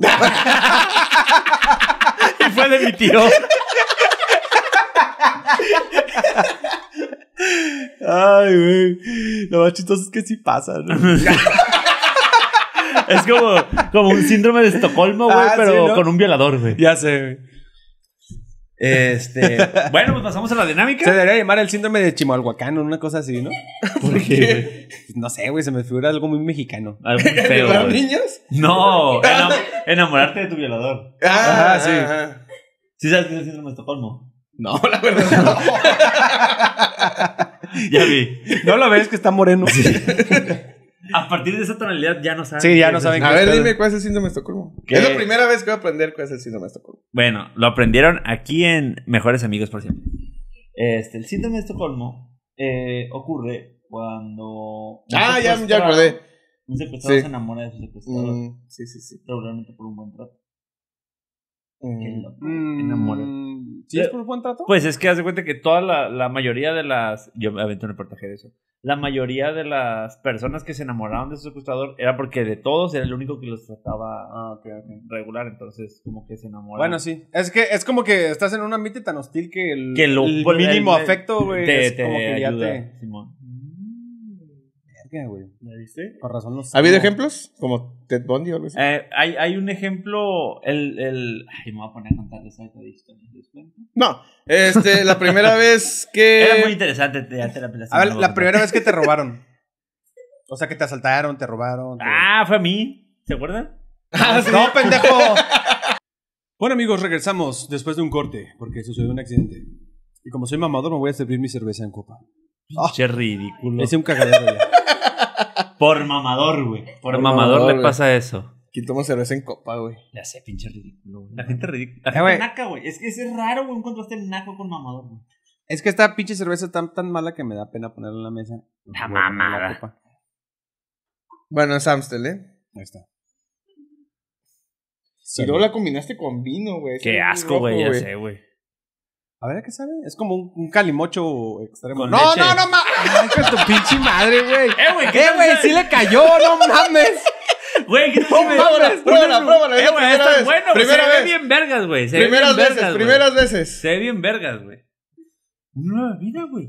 [SPEAKER 3] Y fue de mi tío.
[SPEAKER 1] Ay, güey. Lo más chistoso es que sí pasa, ¿no?
[SPEAKER 3] Es como, como un síndrome de Estocolmo, güey,
[SPEAKER 1] Ah,
[SPEAKER 3] pero
[SPEAKER 1] sí, ¿no?
[SPEAKER 3] con un violador, güey.
[SPEAKER 1] ya sé, güey.
[SPEAKER 3] Este. Bueno, pues pasamos a la
[SPEAKER 1] Se
[SPEAKER 3] dinámica.
[SPEAKER 1] debería llamar el síndrome de Chimalhuacán o una cosa así, ¿no?
[SPEAKER 3] ¿Por qué,
[SPEAKER 1] Pues No sé, güey, se me figura algo muy mexicano.
[SPEAKER 3] güey? Algo muy feo,
[SPEAKER 2] ¿Para
[SPEAKER 3] güey.
[SPEAKER 2] niños?
[SPEAKER 3] No, enam- enamorarte de tu violador.
[SPEAKER 1] Ajá,
[SPEAKER 2] Ah,
[SPEAKER 1] sí.
[SPEAKER 2] sí.
[SPEAKER 3] ¿Sí sabes qué es el síndrome de Estocolmo?
[SPEAKER 2] No, la verdad no.
[SPEAKER 3] Ya vi.
[SPEAKER 1] No lo ves que está moreno. Sí,
[SPEAKER 3] A partir de esa tonalidad ya no sabes.
[SPEAKER 1] ya
[SPEAKER 3] qué
[SPEAKER 1] no
[SPEAKER 3] es
[SPEAKER 1] saben
[SPEAKER 2] A
[SPEAKER 1] qué
[SPEAKER 2] ver,
[SPEAKER 1] pedo.
[SPEAKER 2] dime cuál es el síndrome de Estocolmo.
[SPEAKER 3] ¿Qué?
[SPEAKER 2] Es la primera vez que voy a aprender cuál es el síndrome de Estocolmo.
[SPEAKER 3] Bueno, lo aprendieron aquí en Mejores Amigos por siempre. Este, el síndrome de Estocolmo eh, ocurre cuando. un
[SPEAKER 2] Ah, ya, ya
[SPEAKER 3] secuestrado-
[SPEAKER 2] acordé.
[SPEAKER 6] Un secuestrado
[SPEAKER 2] Sí.
[SPEAKER 6] se enamora de su secuestrador.
[SPEAKER 2] Mm, sí, sí, sí.
[SPEAKER 6] Regularmente por un buen trato. Qué
[SPEAKER 2] Mm.
[SPEAKER 6] loco.
[SPEAKER 1] Mm,
[SPEAKER 3] Enamora.
[SPEAKER 1] ¿Sí es por buen trato?
[SPEAKER 3] Pues es que haz de cuenta que toda la, la mayoría de las. Yo me aventé un reportaje de eso. La mayoría de las personas que se enamoraron de su secuestrador era porque de todos era el único que los trataba regular. Entonces, como que se enamoraron.
[SPEAKER 1] Ah, bueno, sí. Es que es como que estás en un ambiente tan hostil que el,
[SPEAKER 3] Que lo-
[SPEAKER 1] el mínimo
[SPEAKER 3] el-
[SPEAKER 1] afecto, güey,
[SPEAKER 3] te,
[SPEAKER 1] es
[SPEAKER 3] te
[SPEAKER 1] como que ya
[SPEAKER 3] ayuda,
[SPEAKER 1] te...
[SPEAKER 3] Simón.
[SPEAKER 1] Verga, güey. Con razón no sé.
[SPEAKER 2] ¿Ha habido
[SPEAKER 1] No.
[SPEAKER 2] ejemplos? Como Ted Bundy o algo así.
[SPEAKER 3] Eh, hay, hay un ejemplo. El, el. Ay, me voy a poner a contarles algo de historia. ¿les cuento?
[SPEAKER 2] No. Este, la primera vez que.
[SPEAKER 3] Era muy interesante, te, ya te la pelaste,
[SPEAKER 1] Eh, A ver,
[SPEAKER 3] no voy
[SPEAKER 1] Ah, la
[SPEAKER 3] a
[SPEAKER 1] primera vez que te robaron. O sea, que te asaltaron, te robaron. te-
[SPEAKER 3] contar. Ah, fue a mí. ¿Se acuerdan?
[SPEAKER 1] ¡No, pendejo! Ah, bueno, amigos, regresamos después de un corte, porque sucedió un accidente. Y como soy mamador, me voy a servir mi cerveza en copa. Ah,
[SPEAKER 3] Che ridículo.
[SPEAKER 1] es un cagadero ya.
[SPEAKER 6] Por mamador, güey.
[SPEAKER 3] Por
[SPEAKER 2] Por
[SPEAKER 3] mamador,
[SPEAKER 2] mamador,
[SPEAKER 3] le
[SPEAKER 2] güey.
[SPEAKER 3] pasa eso.
[SPEAKER 2] Aquí tomo cerveza en copa, güey.
[SPEAKER 3] Ya sé, pinche ridículo, güey. La gente ridícula.
[SPEAKER 1] Eh, güey,
[SPEAKER 6] Naca, güey. Es que es raro, güey, un contraste naco con mamador, güey.
[SPEAKER 1] es que esta pinche cerveza está tan mala que me da pena ponerla en la mesa.
[SPEAKER 3] La
[SPEAKER 1] Voy a poner
[SPEAKER 3] mamada.
[SPEAKER 1] copa.
[SPEAKER 2] Bueno, es Amstel, ¿eh?
[SPEAKER 1] Ahí está.
[SPEAKER 2] Y luego la combinaste con vino, güey.
[SPEAKER 3] Qué
[SPEAKER 2] Es
[SPEAKER 3] asco,
[SPEAKER 2] rojo,
[SPEAKER 3] güey, ya sé, güey.
[SPEAKER 1] A ver, ¿a ¿qué sabe? Es como un, un calimocho extremo.
[SPEAKER 3] Con
[SPEAKER 1] no,
[SPEAKER 3] leche.
[SPEAKER 1] no, no, ma. Ay, con tu pinche madre, güey.
[SPEAKER 3] Eh, güey, ¿qué
[SPEAKER 1] Eh,
[SPEAKER 3] tal
[SPEAKER 1] güey,
[SPEAKER 3] sabe?
[SPEAKER 1] sí le cayó, no mames.
[SPEAKER 3] Güey, ¿qué tal si me-
[SPEAKER 2] Pruébala, pruébala, pruébala. es
[SPEAKER 3] Eh,
[SPEAKER 2] la
[SPEAKER 3] güey, está
[SPEAKER 2] primera vez.
[SPEAKER 3] bueno, güey.
[SPEAKER 2] Primera
[SPEAKER 3] Se ve
[SPEAKER 2] vez.
[SPEAKER 3] bien vergas, güey. se ve
[SPEAKER 2] Primeras
[SPEAKER 3] bien
[SPEAKER 2] veces,
[SPEAKER 3] vergas, güey.
[SPEAKER 2] primeras veces.
[SPEAKER 3] Se ve bien vergas, güey. Una nueva vida, güey.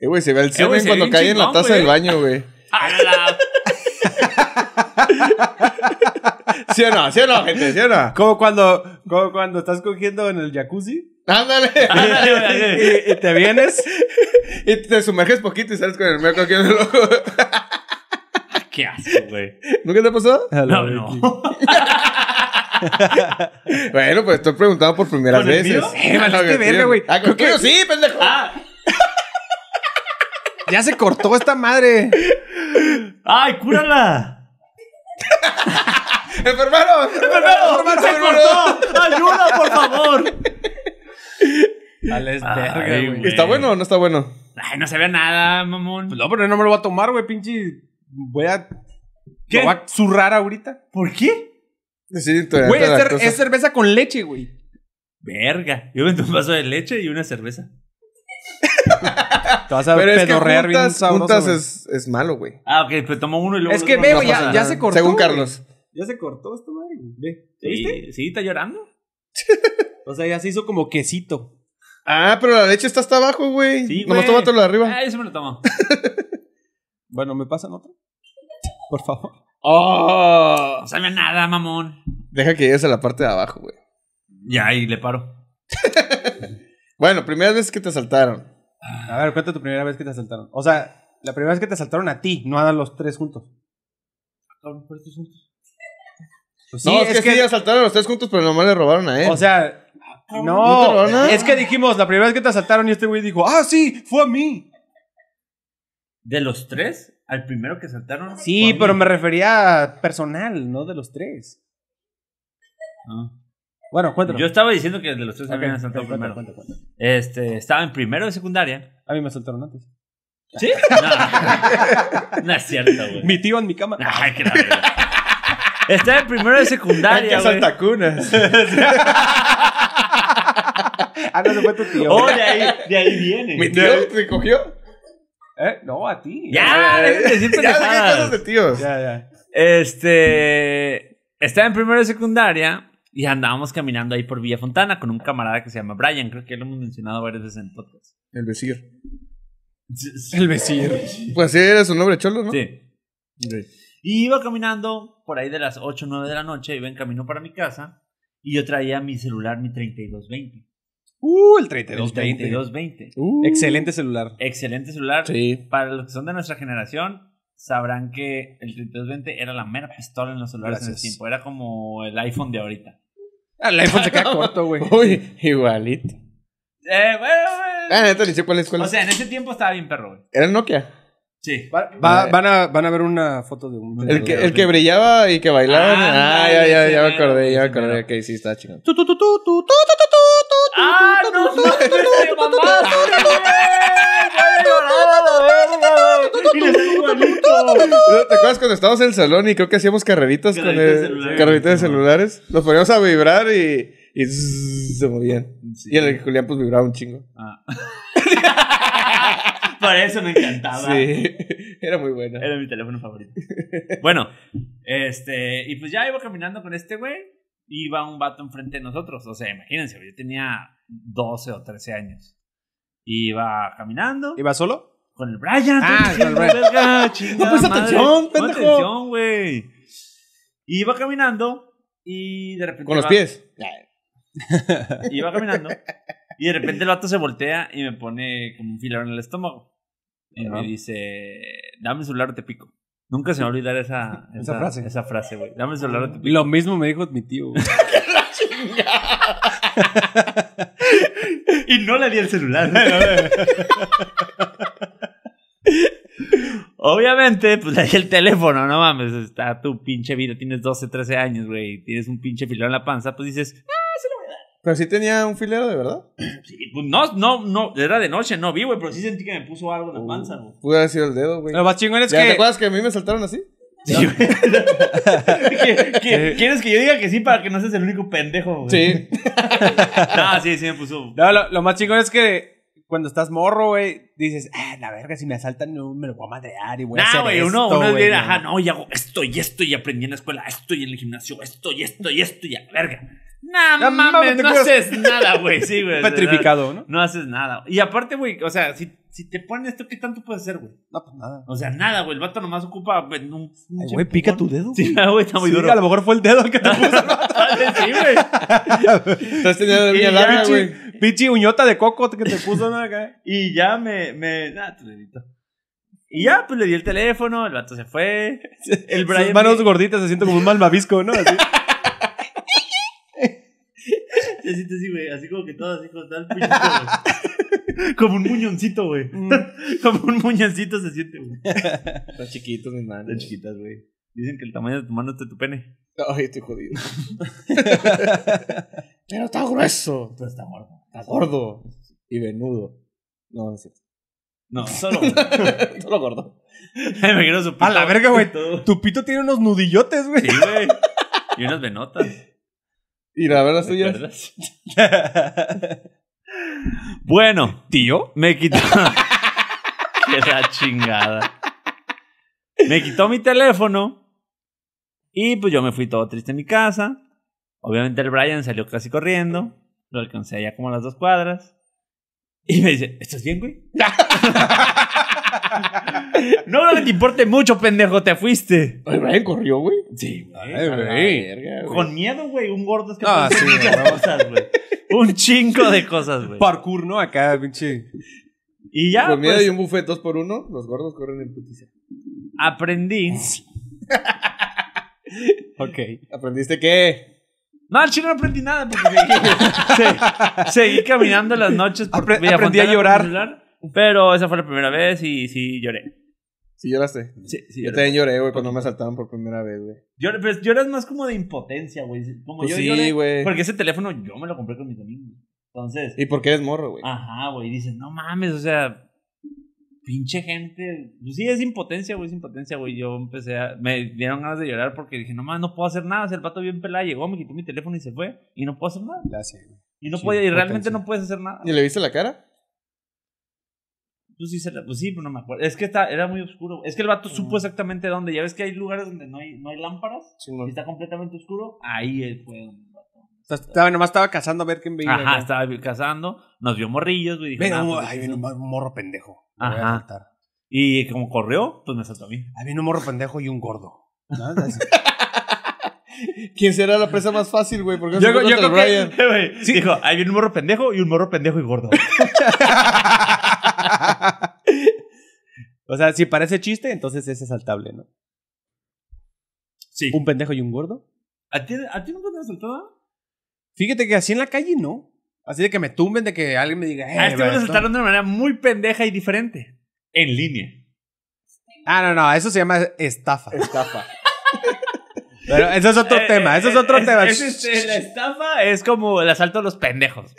[SPEAKER 2] Eh, güey, se ve el
[SPEAKER 3] güey,
[SPEAKER 2] semen
[SPEAKER 3] se ve
[SPEAKER 2] cuando
[SPEAKER 3] bien
[SPEAKER 2] cae en la
[SPEAKER 3] chingón,
[SPEAKER 2] taza del baño, güey.
[SPEAKER 3] ¡Hala!
[SPEAKER 2] ¿Sí o no? ¿Sí o no, gente? ¿Sí o no?
[SPEAKER 1] Como cuando, como cuando estás cogiendo en el jacuzzi
[SPEAKER 2] Ándale.
[SPEAKER 3] Ándale, güey, ándale.
[SPEAKER 1] y, y te vienes.
[SPEAKER 2] Y te sumerges poquito y sales con el meco aquí en el ojo.
[SPEAKER 3] ¡Qué asco, güey!
[SPEAKER 2] ¿Nunca te ha pasado?
[SPEAKER 3] No, no.
[SPEAKER 2] Bueno, pues estoy preguntando por primeras
[SPEAKER 3] ¿Con el
[SPEAKER 2] veces.
[SPEAKER 3] mío?
[SPEAKER 1] Eh, valiste
[SPEAKER 2] Lo que
[SPEAKER 1] verga,
[SPEAKER 2] tiene.
[SPEAKER 1] güey.
[SPEAKER 2] Ah, con el
[SPEAKER 1] Creo
[SPEAKER 2] tuyo sí, pendejo.
[SPEAKER 3] Ah,
[SPEAKER 1] Ya se cortó esta madre.
[SPEAKER 3] ¡Ay, cúrala!
[SPEAKER 2] Enfermero, enfermero, enfermero, enfermero.
[SPEAKER 3] ¡Ayuda, por favor!
[SPEAKER 1] Vale, es
[SPEAKER 3] Ay,
[SPEAKER 1] verga, güey. Pues
[SPEAKER 3] güey.
[SPEAKER 2] ¿Está bueno o no está bueno?
[SPEAKER 3] Ay, no se ve nada, mamón.
[SPEAKER 1] No, pero no me lo voy a tomar, güey, pinche. Voy a.
[SPEAKER 3] ¿Qué?
[SPEAKER 1] Lo voy a zurrar ahorita.
[SPEAKER 3] ¿Por qué?
[SPEAKER 2] Sí, intolerante
[SPEAKER 1] Güey,
[SPEAKER 2] a
[SPEAKER 1] es,
[SPEAKER 2] la
[SPEAKER 1] cer-
[SPEAKER 2] lactosa.
[SPEAKER 1] es cerveza con leche, güey.
[SPEAKER 3] Verga. Yo vendo un vaso de leche y una cerveza.
[SPEAKER 1] Te vas a
[SPEAKER 2] Pero es que
[SPEAKER 1] pedorrear bien
[SPEAKER 2] juntas,
[SPEAKER 1] sabroso.
[SPEAKER 2] juntas
[SPEAKER 1] güey.
[SPEAKER 2] es, es malo, güey.
[SPEAKER 3] Ah, ok, pues tomo uno y luego.
[SPEAKER 1] Es que
[SPEAKER 3] otro.
[SPEAKER 1] veo,
[SPEAKER 2] No
[SPEAKER 1] ya-
[SPEAKER 2] pasa
[SPEAKER 1] ya
[SPEAKER 2] nada.
[SPEAKER 1] se cortó,
[SPEAKER 2] Según
[SPEAKER 1] güey.
[SPEAKER 2] Carlos.
[SPEAKER 1] Ya se cortó esta madre, güey. Ve. ¿Te viste?
[SPEAKER 3] Sí, sí, está llorando.
[SPEAKER 1] O sea, ya se hizo como quesito.
[SPEAKER 2] Ah, pero la leche está hasta abajo, güey.
[SPEAKER 3] Sí,
[SPEAKER 2] Nomás
[SPEAKER 3] güey.
[SPEAKER 2] tómatelo de arriba.
[SPEAKER 3] Ah, eso me lo tomo.
[SPEAKER 1] Bueno, ¿me pasan otro? Por favor.
[SPEAKER 2] Oh.
[SPEAKER 3] No sabe a nada, mamón.
[SPEAKER 2] Deja que llegues a la parte de abajo, güey.
[SPEAKER 3] Ya, y le paro.
[SPEAKER 2] Bueno, primera vez que te saltaron.
[SPEAKER 1] A ver, cuenta tu primera vez que te asaltaron. O sea, la primera vez que te asaltaron a ti, no a los tres juntos.
[SPEAKER 3] cabrón, ¿por qué juntos?
[SPEAKER 1] Pues
[SPEAKER 2] no, es, que, sí asaltaron a los tres juntos, pero nomás le robaron a él.
[SPEAKER 1] O sea,
[SPEAKER 2] ¿No te
[SPEAKER 1] no.
[SPEAKER 2] robaron nada?
[SPEAKER 1] es que dijimos, la primera vez que te asaltaron y este güey dijo, ah, sí, fue a mí.
[SPEAKER 3] De los tres, al primero que saltaron.
[SPEAKER 1] Sí, pero me refería a personal, no de los tres. Ah. Bueno, cuéntalo.
[SPEAKER 3] Yo pues, estaba diciendo que de los tres
[SPEAKER 1] Ok,
[SPEAKER 3] habían saltado
[SPEAKER 1] ok, cuenta,
[SPEAKER 3] primero.
[SPEAKER 1] cuenta, cuenta.
[SPEAKER 3] Este, estaba en primero de secundaria.
[SPEAKER 1] A mí me asaltaron antes.
[SPEAKER 3] ¿Sí? No, no es cierto, güey.
[SPEAKER 1] Mi tío en mi cama.
[SPEAKER 3] Ay, qué la verga. Estaba en primero de
[SPEAKER 2] que
[SPEAKER 3] secundaria, güey.
[SPEAKER 2] saltacunas.
[SPEAKER 1] Ah, no, se fue tu tío.
[SPEAKER 3] Oh, de ahí, de ahí viene.
[SPEAKER 2] ¿Mi tío te cogió?
[SPEAKER 1] ¿Eh? No, a ti.
[SPEAKER 3] Ya, dejen de decir
[SPEAKER 2] Ya, ¿qué cosas
[SPEAKER 3] pendejadas.
[SPEAKER 2] de tíos?
[SPEAKER 1] Ya, ya.
[SPEAKER 3] Este. Estaba en primero de secundaria y andábamos caminando ahí por Villa Fontana con un camarada que se llama Brian. Creo que ya lo hemos mencionado varias veces en el podcast.
[SPEAKER 2] El vecir.
[SPEAKER 1] El vecino.
[SPEAKER 2] Pues sí, era su nombre cholo, ¿no?
[SPEAKER 3] Sí. Y iba caminando por ahí de las 8 o 9 de la noche, iba en camino para mi casa y yo traía mi celular, mi 3220.
[SPEAKER 1] Uh, el
[SPEAKER 3] El
[SPEAKER 1] 3220.
[SPEAKER 3] 3220.
[SPEAKER 2] Uh,
[SPEAKER 1] Excelente celular.
[SPEAKER 3] Excelente celular.
[SPEAKER 2] Sí.
[SPEAKER 3] Para los que son de nuestra generación, sabrán que el 3220 era la mera pistola en los celulares en
[SPEAKER 1] Gracias.
[SPEAKER 3] el tiempo. Era como el iPhone de ahorita.
[SPEAKER 1] Ah, El iPhone se queda corto, güey.
[SPEAKER 2] Uy, igualito.
[SPEAKER 3] Eh, bueno,
[SPEAKER 2] Ah, neta, ni sé cuál es cuál.
[SPEAKER 3] bueno. O
[SPEAKER 2] es.
[SPEAKER 3] sea, en ese tiempo estaba bien perro, güey.
[SPEAKER 2] Era el Nokia.
[SPEAKER 3] Sí.
[SPEAKER 1] Va- va- van, a, van a ver una foto de un.
[SPEAKER 2] El que, el que brillaba y que bailaba.
[SPEAKER 3] Ah,
[SPEAKER 2] Ah, ya, ya,
[SPEAKER 3] ese
[SPEAKER 2] ya me
[SPEAKER 3] mero,
[SPEAKER 2] acordé, ya me
[SPEAKER 3] ese
[SPEAKER 2] acordé.
[SPEAKER 3] mero.
[SPEAKER 2] Que sí, está chingón.
[SPEAKER 1] Tu, tu, tu, tu, tu, tu, tu, tu, tu,
[SPEAKER 3] ¡Ah,
[SPEAKER 1] tu, tu,
[SPEAKER 3] no!
[SPEAKER 1] tu,
[SPEAKER 3] ¡No te mamaste, güey! ¡Ya le lloraba la verga, güey! ¡Y le estoy igualito!
[SPEAKER 2] ¿Te acuerdas cuando estábamos en el salón y creo que hacíamos carreritas con
[SPEAKER 3] Carreritas
[SPEAKER 2] el-
[SPEAKER 3] de celulares.
[SPEAKER 2] carreritas de
[SPEAKER 3] Sí,
[SPEAKER 2] celulares? Los poníamos a vibrar y, y zzzz, se movían. Y el Julián pues vibraba un chingo.
[SPEAKER 3] Ah. Por eso me encantaba.
[SPEAKER 2] Sí, era muy buena.
[SPEAKER 3] Era mi teléfono favorito. Bueno, este, y pues ya iba caminando con este güey. Iba un vato enfrente de nosotros. O sea, imagínense, yo tenía 12 o 13 años. Iba caminando
[SPEAKER 1] ¿Iba solo?
[SPEAKER 3] con el Brian.
[SPEAKER 1] Ah,
[SPEAKER 3] estoy
[SPEAKER 1] con el
[SPEAKER 3] diciendo, verga, chingada
[SPEAKER 2] No presta
[SPEAKER 3] madre.
[SPEAKER 2] atención,
[SPEAKER 3] Pon
[SPEAKER 2] pendejo.
[SPEAKER 3] atención, güey. Iba caminando y de repente.
[SPEAKER 2] Con los
[SPEAKER 3] va-
[SPEAKER 2] pies.
[SPEAKER 3] Iba caminando y de repente el vato se voltea y me pone como un filón en el estómago. Y
[SPEAKER 2] Ajá.
[SPEAKER 3] me dice, dame el celular o te pico. Nunca se me va a olvidar esa,
[SPEAKER 1] Esa frase.
[SPEAKER 3] Esa frase, güey. Dame el celular o te pico.
[SPEAKER 1] Lo mismo me dijo mi tío. güey.
[SPEAKER 3] Y no le di el celular. Obviamente, pues le di el teléfono, no mames. Está tu pinche vida. Tienes 12, 13 años, güey. Tienes un pinche filón en la panza. Pues dices,
[SPEAKER 2] Pero sí tenía un filero, de verdad.
[SPEAKER 3] "Sí, pues no, no, no. Era de noche, no vi, güey. Pero sí sentí que me puso algo en la panza, güey.
[SPEAKER 2] Pudo haber sido el dedo, güey.
[SPEAKER 1] Lo más chingón es
[SPEAKER 2] ¿Ya ¿Te
[SPEAKER 1] que.
[SPEAKER 2] acuerdas que a mí me saltaron así?
[SPEAKER 3] ¿Qué- qué- ¿Quieres que yo diga que sí para que no seas el único pendejo? güey?
[SPEAKER 2] Sí.
[SPEAKER 3] No, sí, sí me puso.
[SPEAKER 1] No, lo, lo más chingón es que cuando estás morro, güey, dices, ah, la verga, si me asaltan, no me lo voy a madrear y voy a hacer
[SPEAKER 3] No, güey, uno,
[SPEAKER 1] esto,
[SPEAKER 3] uno es
[SPEAKER 1] güey,
[SPEAKER 3] bien,
[SPEAKER 1] ¿no?
[SPEAKER 3] ajá, no, y hago esto y esto, y aprendí en la escuela, esto y en el gimnasio, esto y esto y esto y a la verga. No,
[SPEAKER 1] No mames,
[SPEAKER 3] mames,
[SPEAKER 1] te
[SPEAKER 3] no
[SPEAKER 1] cuidas.
[SPEAKER 3] haces nada, güey, sí, güey.
[SPEAKER 1] Petrificado, ¿no?
[SPEAKER 3] No, no haces nada. Y aparte, güey, o sea, si, si te ponen esto, ¿qué tanto puedes hacer, güey?
[SPEAKER 1] No, pues nada.
[SPEAKER 3] O sea, nada, güey, el vato nomás ocupa güey, un...
[SPEAKER 1] Ay, güey, pica tu dedo.
[SPEAKER 3] Sí, no, güey, está muy
[SPEAKER 1] Sí,
[SPEAKER 3] duro.
[SPEAKER 1] A lo mejor fue el dedo el que te puso.
[SPEAKER 3] sí, güey.
[SPEAKER 2] Entonces tenía la uña
[SPEAKER 3] ya,
[SPEAKER 2] larga,
[SPEAKER 3] sí.
[SPEAKER 2] güey.
[SPEAKER 1] Pichi uñota de coco que te puso, ¿no? Acá.
[SPEAKER 3] Y ya me. me ah, tu dedito. Y ya, pues le di el teléfono, el vato se fue. El Brian.
[SPEAKER 1] Sus manos
[SPEAKER 3] me-
[SPEAKER 1] gorditas se siente como un malvavisco, ¿no? Así.
[SPEAKER 3] se siente así, güey. Así como que todo así con tal pinche, güey. Como un muñoncito, güey.
[SPEAKER 1] Mm.
[SPEAKER 3] Como un muñoncito se siente, güey.
[SPEAKER 2] Están chiquitos, mi mano.
[SPEAKER 3] Las chiquitas, güey. Dicen que el tamaño de tu mano es de tu pene.
[SPEAKER 2] Ay, estoy jodido. Pero está grueso.
[SPEAKER 3] Pero está muerto.
[SPEAKER 2] Está gordo. Y venudo. No, no es cierto.
[SPEAKER 3] No, solo.
[SPEAKER 2] Solo gordo.
[SPEAKER 3] Me imagino su
[SPEAKER 1] A la verga, güey.
[SPEAKER 3] Todo.
[SPEAKER 1] Tu pito tiene unos nudillotes, güey.
[SPEAKER 3] Sí, güey. Y unas venotas.
[SPEAKER 2] Y la verdad tuya.
[SPEAKER 3] ¿Recuerdas? Bueno, tío, me quitó. Qué la chingada. Me quitó mi teléfono. Y pues yo me fui todo triste a mi casa. Obviamente el Brian salió casi corriendo. Lo alcancé allá como a las dos cuadras. Y me dice, ¿estás bien, güey? no creo que te importe mucho, pendejo, te fuiste.
[SPEAKER 2] Ay, Brian corrió, güey.
[SPEAKER 3] Sí, güey.
[SPEAKER 2] Ay,
[SPEAKER 1] güey.
[SPEAKER 2] verga, güey.
[SPEAKER 3] Con miedo, güey. Un gordo es que
[SPEAKER 1] Ah,
[SPEAKER 3] puede hacer
[SPEAKER 1] sí,
[SPEAKER 3] muchas cosas, güey. Un chingo de cosas, güey.
[SPEAKER 1] Parkour, ¿no? Acá, pinche.
[SPEAKER 3] Y ya,
[SPEAKER 2] Con miedo
[SPEAKER 3] pues,
[SPEAKER 2] y un buffet dos por uno, los gordos corren en putiza.
[SPEAKER 3] aprendí
[SPEAKER 1] Ok.
[SPEAKER 2] ¿Aprendiste qué?
[SPEAKER 3] No, al chino no aprendí nada porque seguí, se- seguí caminando en las noches. por
[SPEAKER 1] Apre-
[SPEAKER 3] Villa
[SPEAKER 1] aprendí a
[SPEAKER 3] Fontana
[SPEAKER 1] llorar.
[SPEAKER 3] con mi celular, pero esa fue la primera vez y sí lloré.
[SPEAKER 2] Sí, lloraste.
[SPEAKER 3] Sí, sí
[SPEAKER 2] Yo
[SPEAKER 3] lloré.
[SPEAKER 2] también lloré, güey, cuando me asaltaron por primera vez, güey.
[SPEAKER 3] Llor- pues, lloras más como de impotencia, güey. Como
[SPEAKER 2] Pues
[SPEAKER 3] yo
[SPEAKER 2] sí,
[SPEAKER 3] lloré.
[SPEAKER 2] güey.
[SPEAKER 3] Porque ese teléfono yo me lo compré con mis amigos. Entonces,
[SPEAKER 2] ¿Y por qué eres morro,
[SPEAKER 1] Ah.
[SPEAKER 2] güey?
[SPEAKER 3] ajá, güey. Dices, no mames, o sea, pinche gente. Pues sí, es impotencia, güey, es impotencia, güey. Yo empecé a. Me dieron ganas de llorar porque dije, no mames, no puedo hacer nada. O sea, el pato bien pelado llegó, me quitó mi teléfono y se fue. Y no puedo hacer nada.
[SPEAKER 1] La sé, güey.
[SPEAKER 3] Y no
[SPEAKER 1] Sí,
[SPEAKER 3] podía, y realmente
[SPEAKER 1] impotencia.
[SPEAKER 3] no puedes hacer nada.
[SPEAKER 2] ¿Y le viste la cara?
[SPEAKER 3] Pues sí, se la- pues sí, pero no me acuerdo. Es que está, era muy oscuro. Es que el vato supo exactamente dónde. Ya ves que hay lugares donde no hay, no hay lámparas.
[SPEAKER 2] Simón.
[SPEAKER 3] Y está completamente oscuro. Ahí él fue donde el vato.
[SPEAKER 1] Estaba, nomás estaba cazando a ver quién veía.
[SPEAKER 3] Ajá,
[SPEAKER 1] acá.
[SPEAKER 3] estaba cazando. Nos vio morrillos, güey. Dije,
[SPEAKER 1] Ven,
[SPEAKER 3] "Nah,
[SPEAKER 1] un-
[SPEAKER 3] pues,
[SPEAKER 1] ahí
[SPEAKER 3] es
[SPEAKER 1] viene
[SPEAKER 3] eso".
[SPEAKER 1] un un morro pendejo. Lo voy a
[SPEAKER 3] Ajá.
[SPEAKER 1] asaltar.
[SPEAKER 3] Y como corrió, pues me saltó a mí.
[SPEAKER 1] Ahí viene un morro pendejo y un gordo.
[SPEAKER 2] ¿Quién será la presa más fácil, güey? Porque
[SPEAKER 1] Yo- yo creo que-
[SPEAKER 2] Brian.
[SPEAKER 3] Güey, Dijo, ahí viene un morro pendejo y un morro pendejo y gordo.
[SPEAKER 1] o sea, si parece chiste, entonces es asaltable, ¿no?
[SPEAKER 3] Sí.
[SPEAKER 1] Un pendejo y un gordo.
[SPEAKER 3] ¿A ti, a ti nunca te asaltó?
[SPEAKER 1] Fíjate que así en la calle, ¿no? Así de que me tumben, de que alguien me diga. "Eh,
[SPEAKER 3] A este me
[SPEAKER 1] vato".
[SPEAKER 3] lo asaltaron de una manera muy pendeja y diferente. En línea.
[SPEAKER 1] Ah, no, no, eso se llama estafa.
[SPEAKER 2] Estafa.
[SPEAKER 1] Pero eso es otro
[SPEAKER 3] Eh,
[SPEAKER 1] tema,
[SPEAKER 3] eh,
[SPEAKER 1] eso es otro
[SPEAKER 3] es-
[SPEAKER 1] tema.
[SPEAKER 3] es- es- eh, la estafa es como el asalto a los pendejos.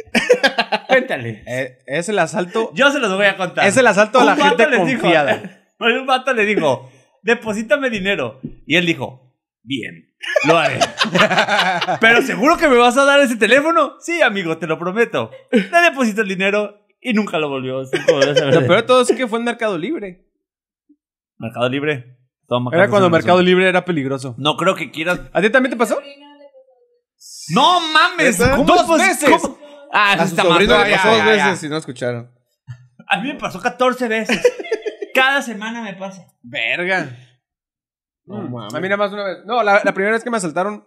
[SPEAKER 3] Cuéntale.
[SPEAKER 1] Eh, es el asalto.
[SPEAKER 3] Yo se los voy a contar.
[SPEAKER 1] Es el asalto a
[SPEAKER 3] Un
[SPEAKER 1] la
[SPEAKER 3] vato
[SPEAKER 1] gente
[SPEAKER 3] les dijo-
[SPEAKER 1] confiada.
[SPEAKER 3] un vato le dijo, deposítame dinero. Y él dijo, bien, lo haré. Pero seguro que me vas a dar ese teléfono. Sí, amigo, te lo prometo. Le deposito el dinero y nunca lo volvió. Así como de esa
[SPEAKER 1] Lo
[SPEAKER 3] vez.
[SPEAKER 1] peor de todo es que fue en Mercado Libre.
[SPEAKER 3] Mercado Libre.
[SPEAKER 1] Era cuando Mercado Libre era peligroso.
[SPEAKER 3] No creo que quieras.
[SPEAKER 1] ¿A ti también te pasó?
[SPEAKER 3] No mames,
[SPEAKER 2] ¿Neta?
[SPEAKER 3] ¿cómo
[SPEAKER 1] Dos
[SPEAKER 3] pos-
[SPEAKER 1] veces.
[SPEAKER 3] cómo? Ah, eso
[SPEAKER 2] A su
[SPEAKER 3] está más
[SPEAKER 2] sobrino
[SPEAKER 1] mal.
[SPEAKER 2] le
[SPEAKER 1] Ya,
[SPEAKER 2] pasó
[SPEAKER 1] ya,
[SPEAKER 2] dos
[SPEAKER 1] ya.
[SPEAKER 2] veces y no escucharon.
[SPEAKER 3] A mí me pasó 14 veces. Cada semana me pasa.
[SPEAKER 1] Verga.
[SPEAKER 2] No
[SPEAKER 1] Mm,
[SPEAKER 2] mames.
[SPEAKER 1] A mí nada más una vez. No, la, la primera vez que me asaltaron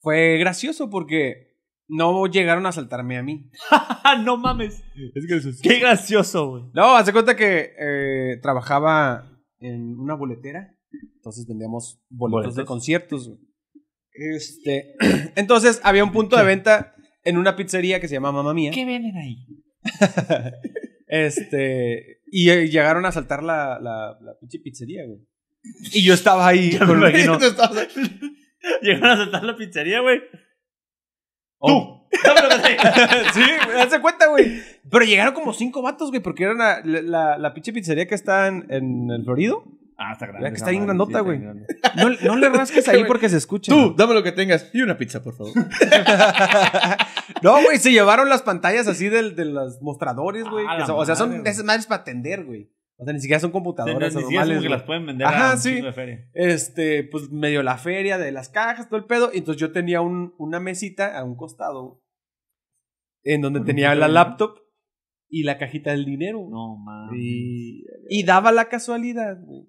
[SPEAKER 1] fue gracioso porque no llegaron a asaltarme a mí.
[SPEAKER 3] Ah, no mames.
[SPEAKER 1] Es que
[SPEAKER 3] Qué gracioso, güey.
[SPEAKER 1] No, hace cuenta que eh, trabajaba en una boletera. Entonces vendíamos boletos,
[SPEAKER 3] ¿Boletos?
[SPEAKER 1] de conciertos. güey. Este, entonces había un punto de venta en una pizzería que se llama Mamá Mía.
[SPEAKER 3] ¿Qué venden ahí?
[SPEAKER 1] Este, y eh, llegaron a asaltar la, la, la pinche pizzería, güey. Y yo estaba ahí con un-
[SPEAKER 3] imagino.
[SPEAKER 2] Tú estabas-
[SPEAKER 3] Llegaron a saltar la pizzería, güey.
[SPEAKER 1] Oh.
[SPEAKER 3] ¡Tú! No, pero sí.
[SPEAKER 1] Sí, güey, hace cuenta, güey. Pero llegaron como cinco vatos, güey, porque eran la, la- la, la pinche pizzería que está en, en el Florido.
[SPEAKER 3] Ah, está grande.
[SPEAKER 1] Mira que
[SPEAKER 3] esa
[SPEAKER 1] está bien
[SPEAKER 3] madre,
[SPEAKER 1] grandota,
[SPEAKER 3] sí, está
[SPEAKER 1] güey.
[SPEAKER 3] bien grande.
[SPEAKER 1] No, no le rasques ahí porque se escucha.
[SPEAKER 2] Tú, dame lo que tengas. Y una pizza, por favor.
[SPEAKER 1] No, güey, se llevaron las pantallas así del- de los mostradores, güey.
[SPEAKER 3] Ah,
[SPEAKER 1] que
[SPEAKER 3] la
[SPEAKER 1] son- o sea, son
[SPEAKER 3] madre,
[SPEAKER 1] de esas madres para atender, güey. O sea, ni siquiera son
[SPEAKER 3] Sí, no,
[SPEAKER 1] computadoras
[SPEAKER 3] ni siquiera es
[SPEAKER 1] normales.
[SPEAKER 3] como que
[SPEAKER 1] güey.
[SPEAKER 3] las pueden vender
[SPEAKER 1] Ajá,
[SPEAKER 3] a un
[SPEAKER 1] sí.
[SPEAKER 3] chingo de feria.
[SPEAKER 1] Este, pues medio la feria de las cajas, todo el pedo. Y entonces yo tenía un- una mesita a un costado en donde
[SPEAKER 3] Con un
[SPEAKER 1] tenía
[SPEAKER 3] poquito
[SPEAKER 1] la
[SPEAKER 3] de-
[SPEAKER 1] laptop y la cajita del dinero.
[SPEAKER 3] No, mames.
[SPEAKER 1] Y, y daba la casualidad, güey,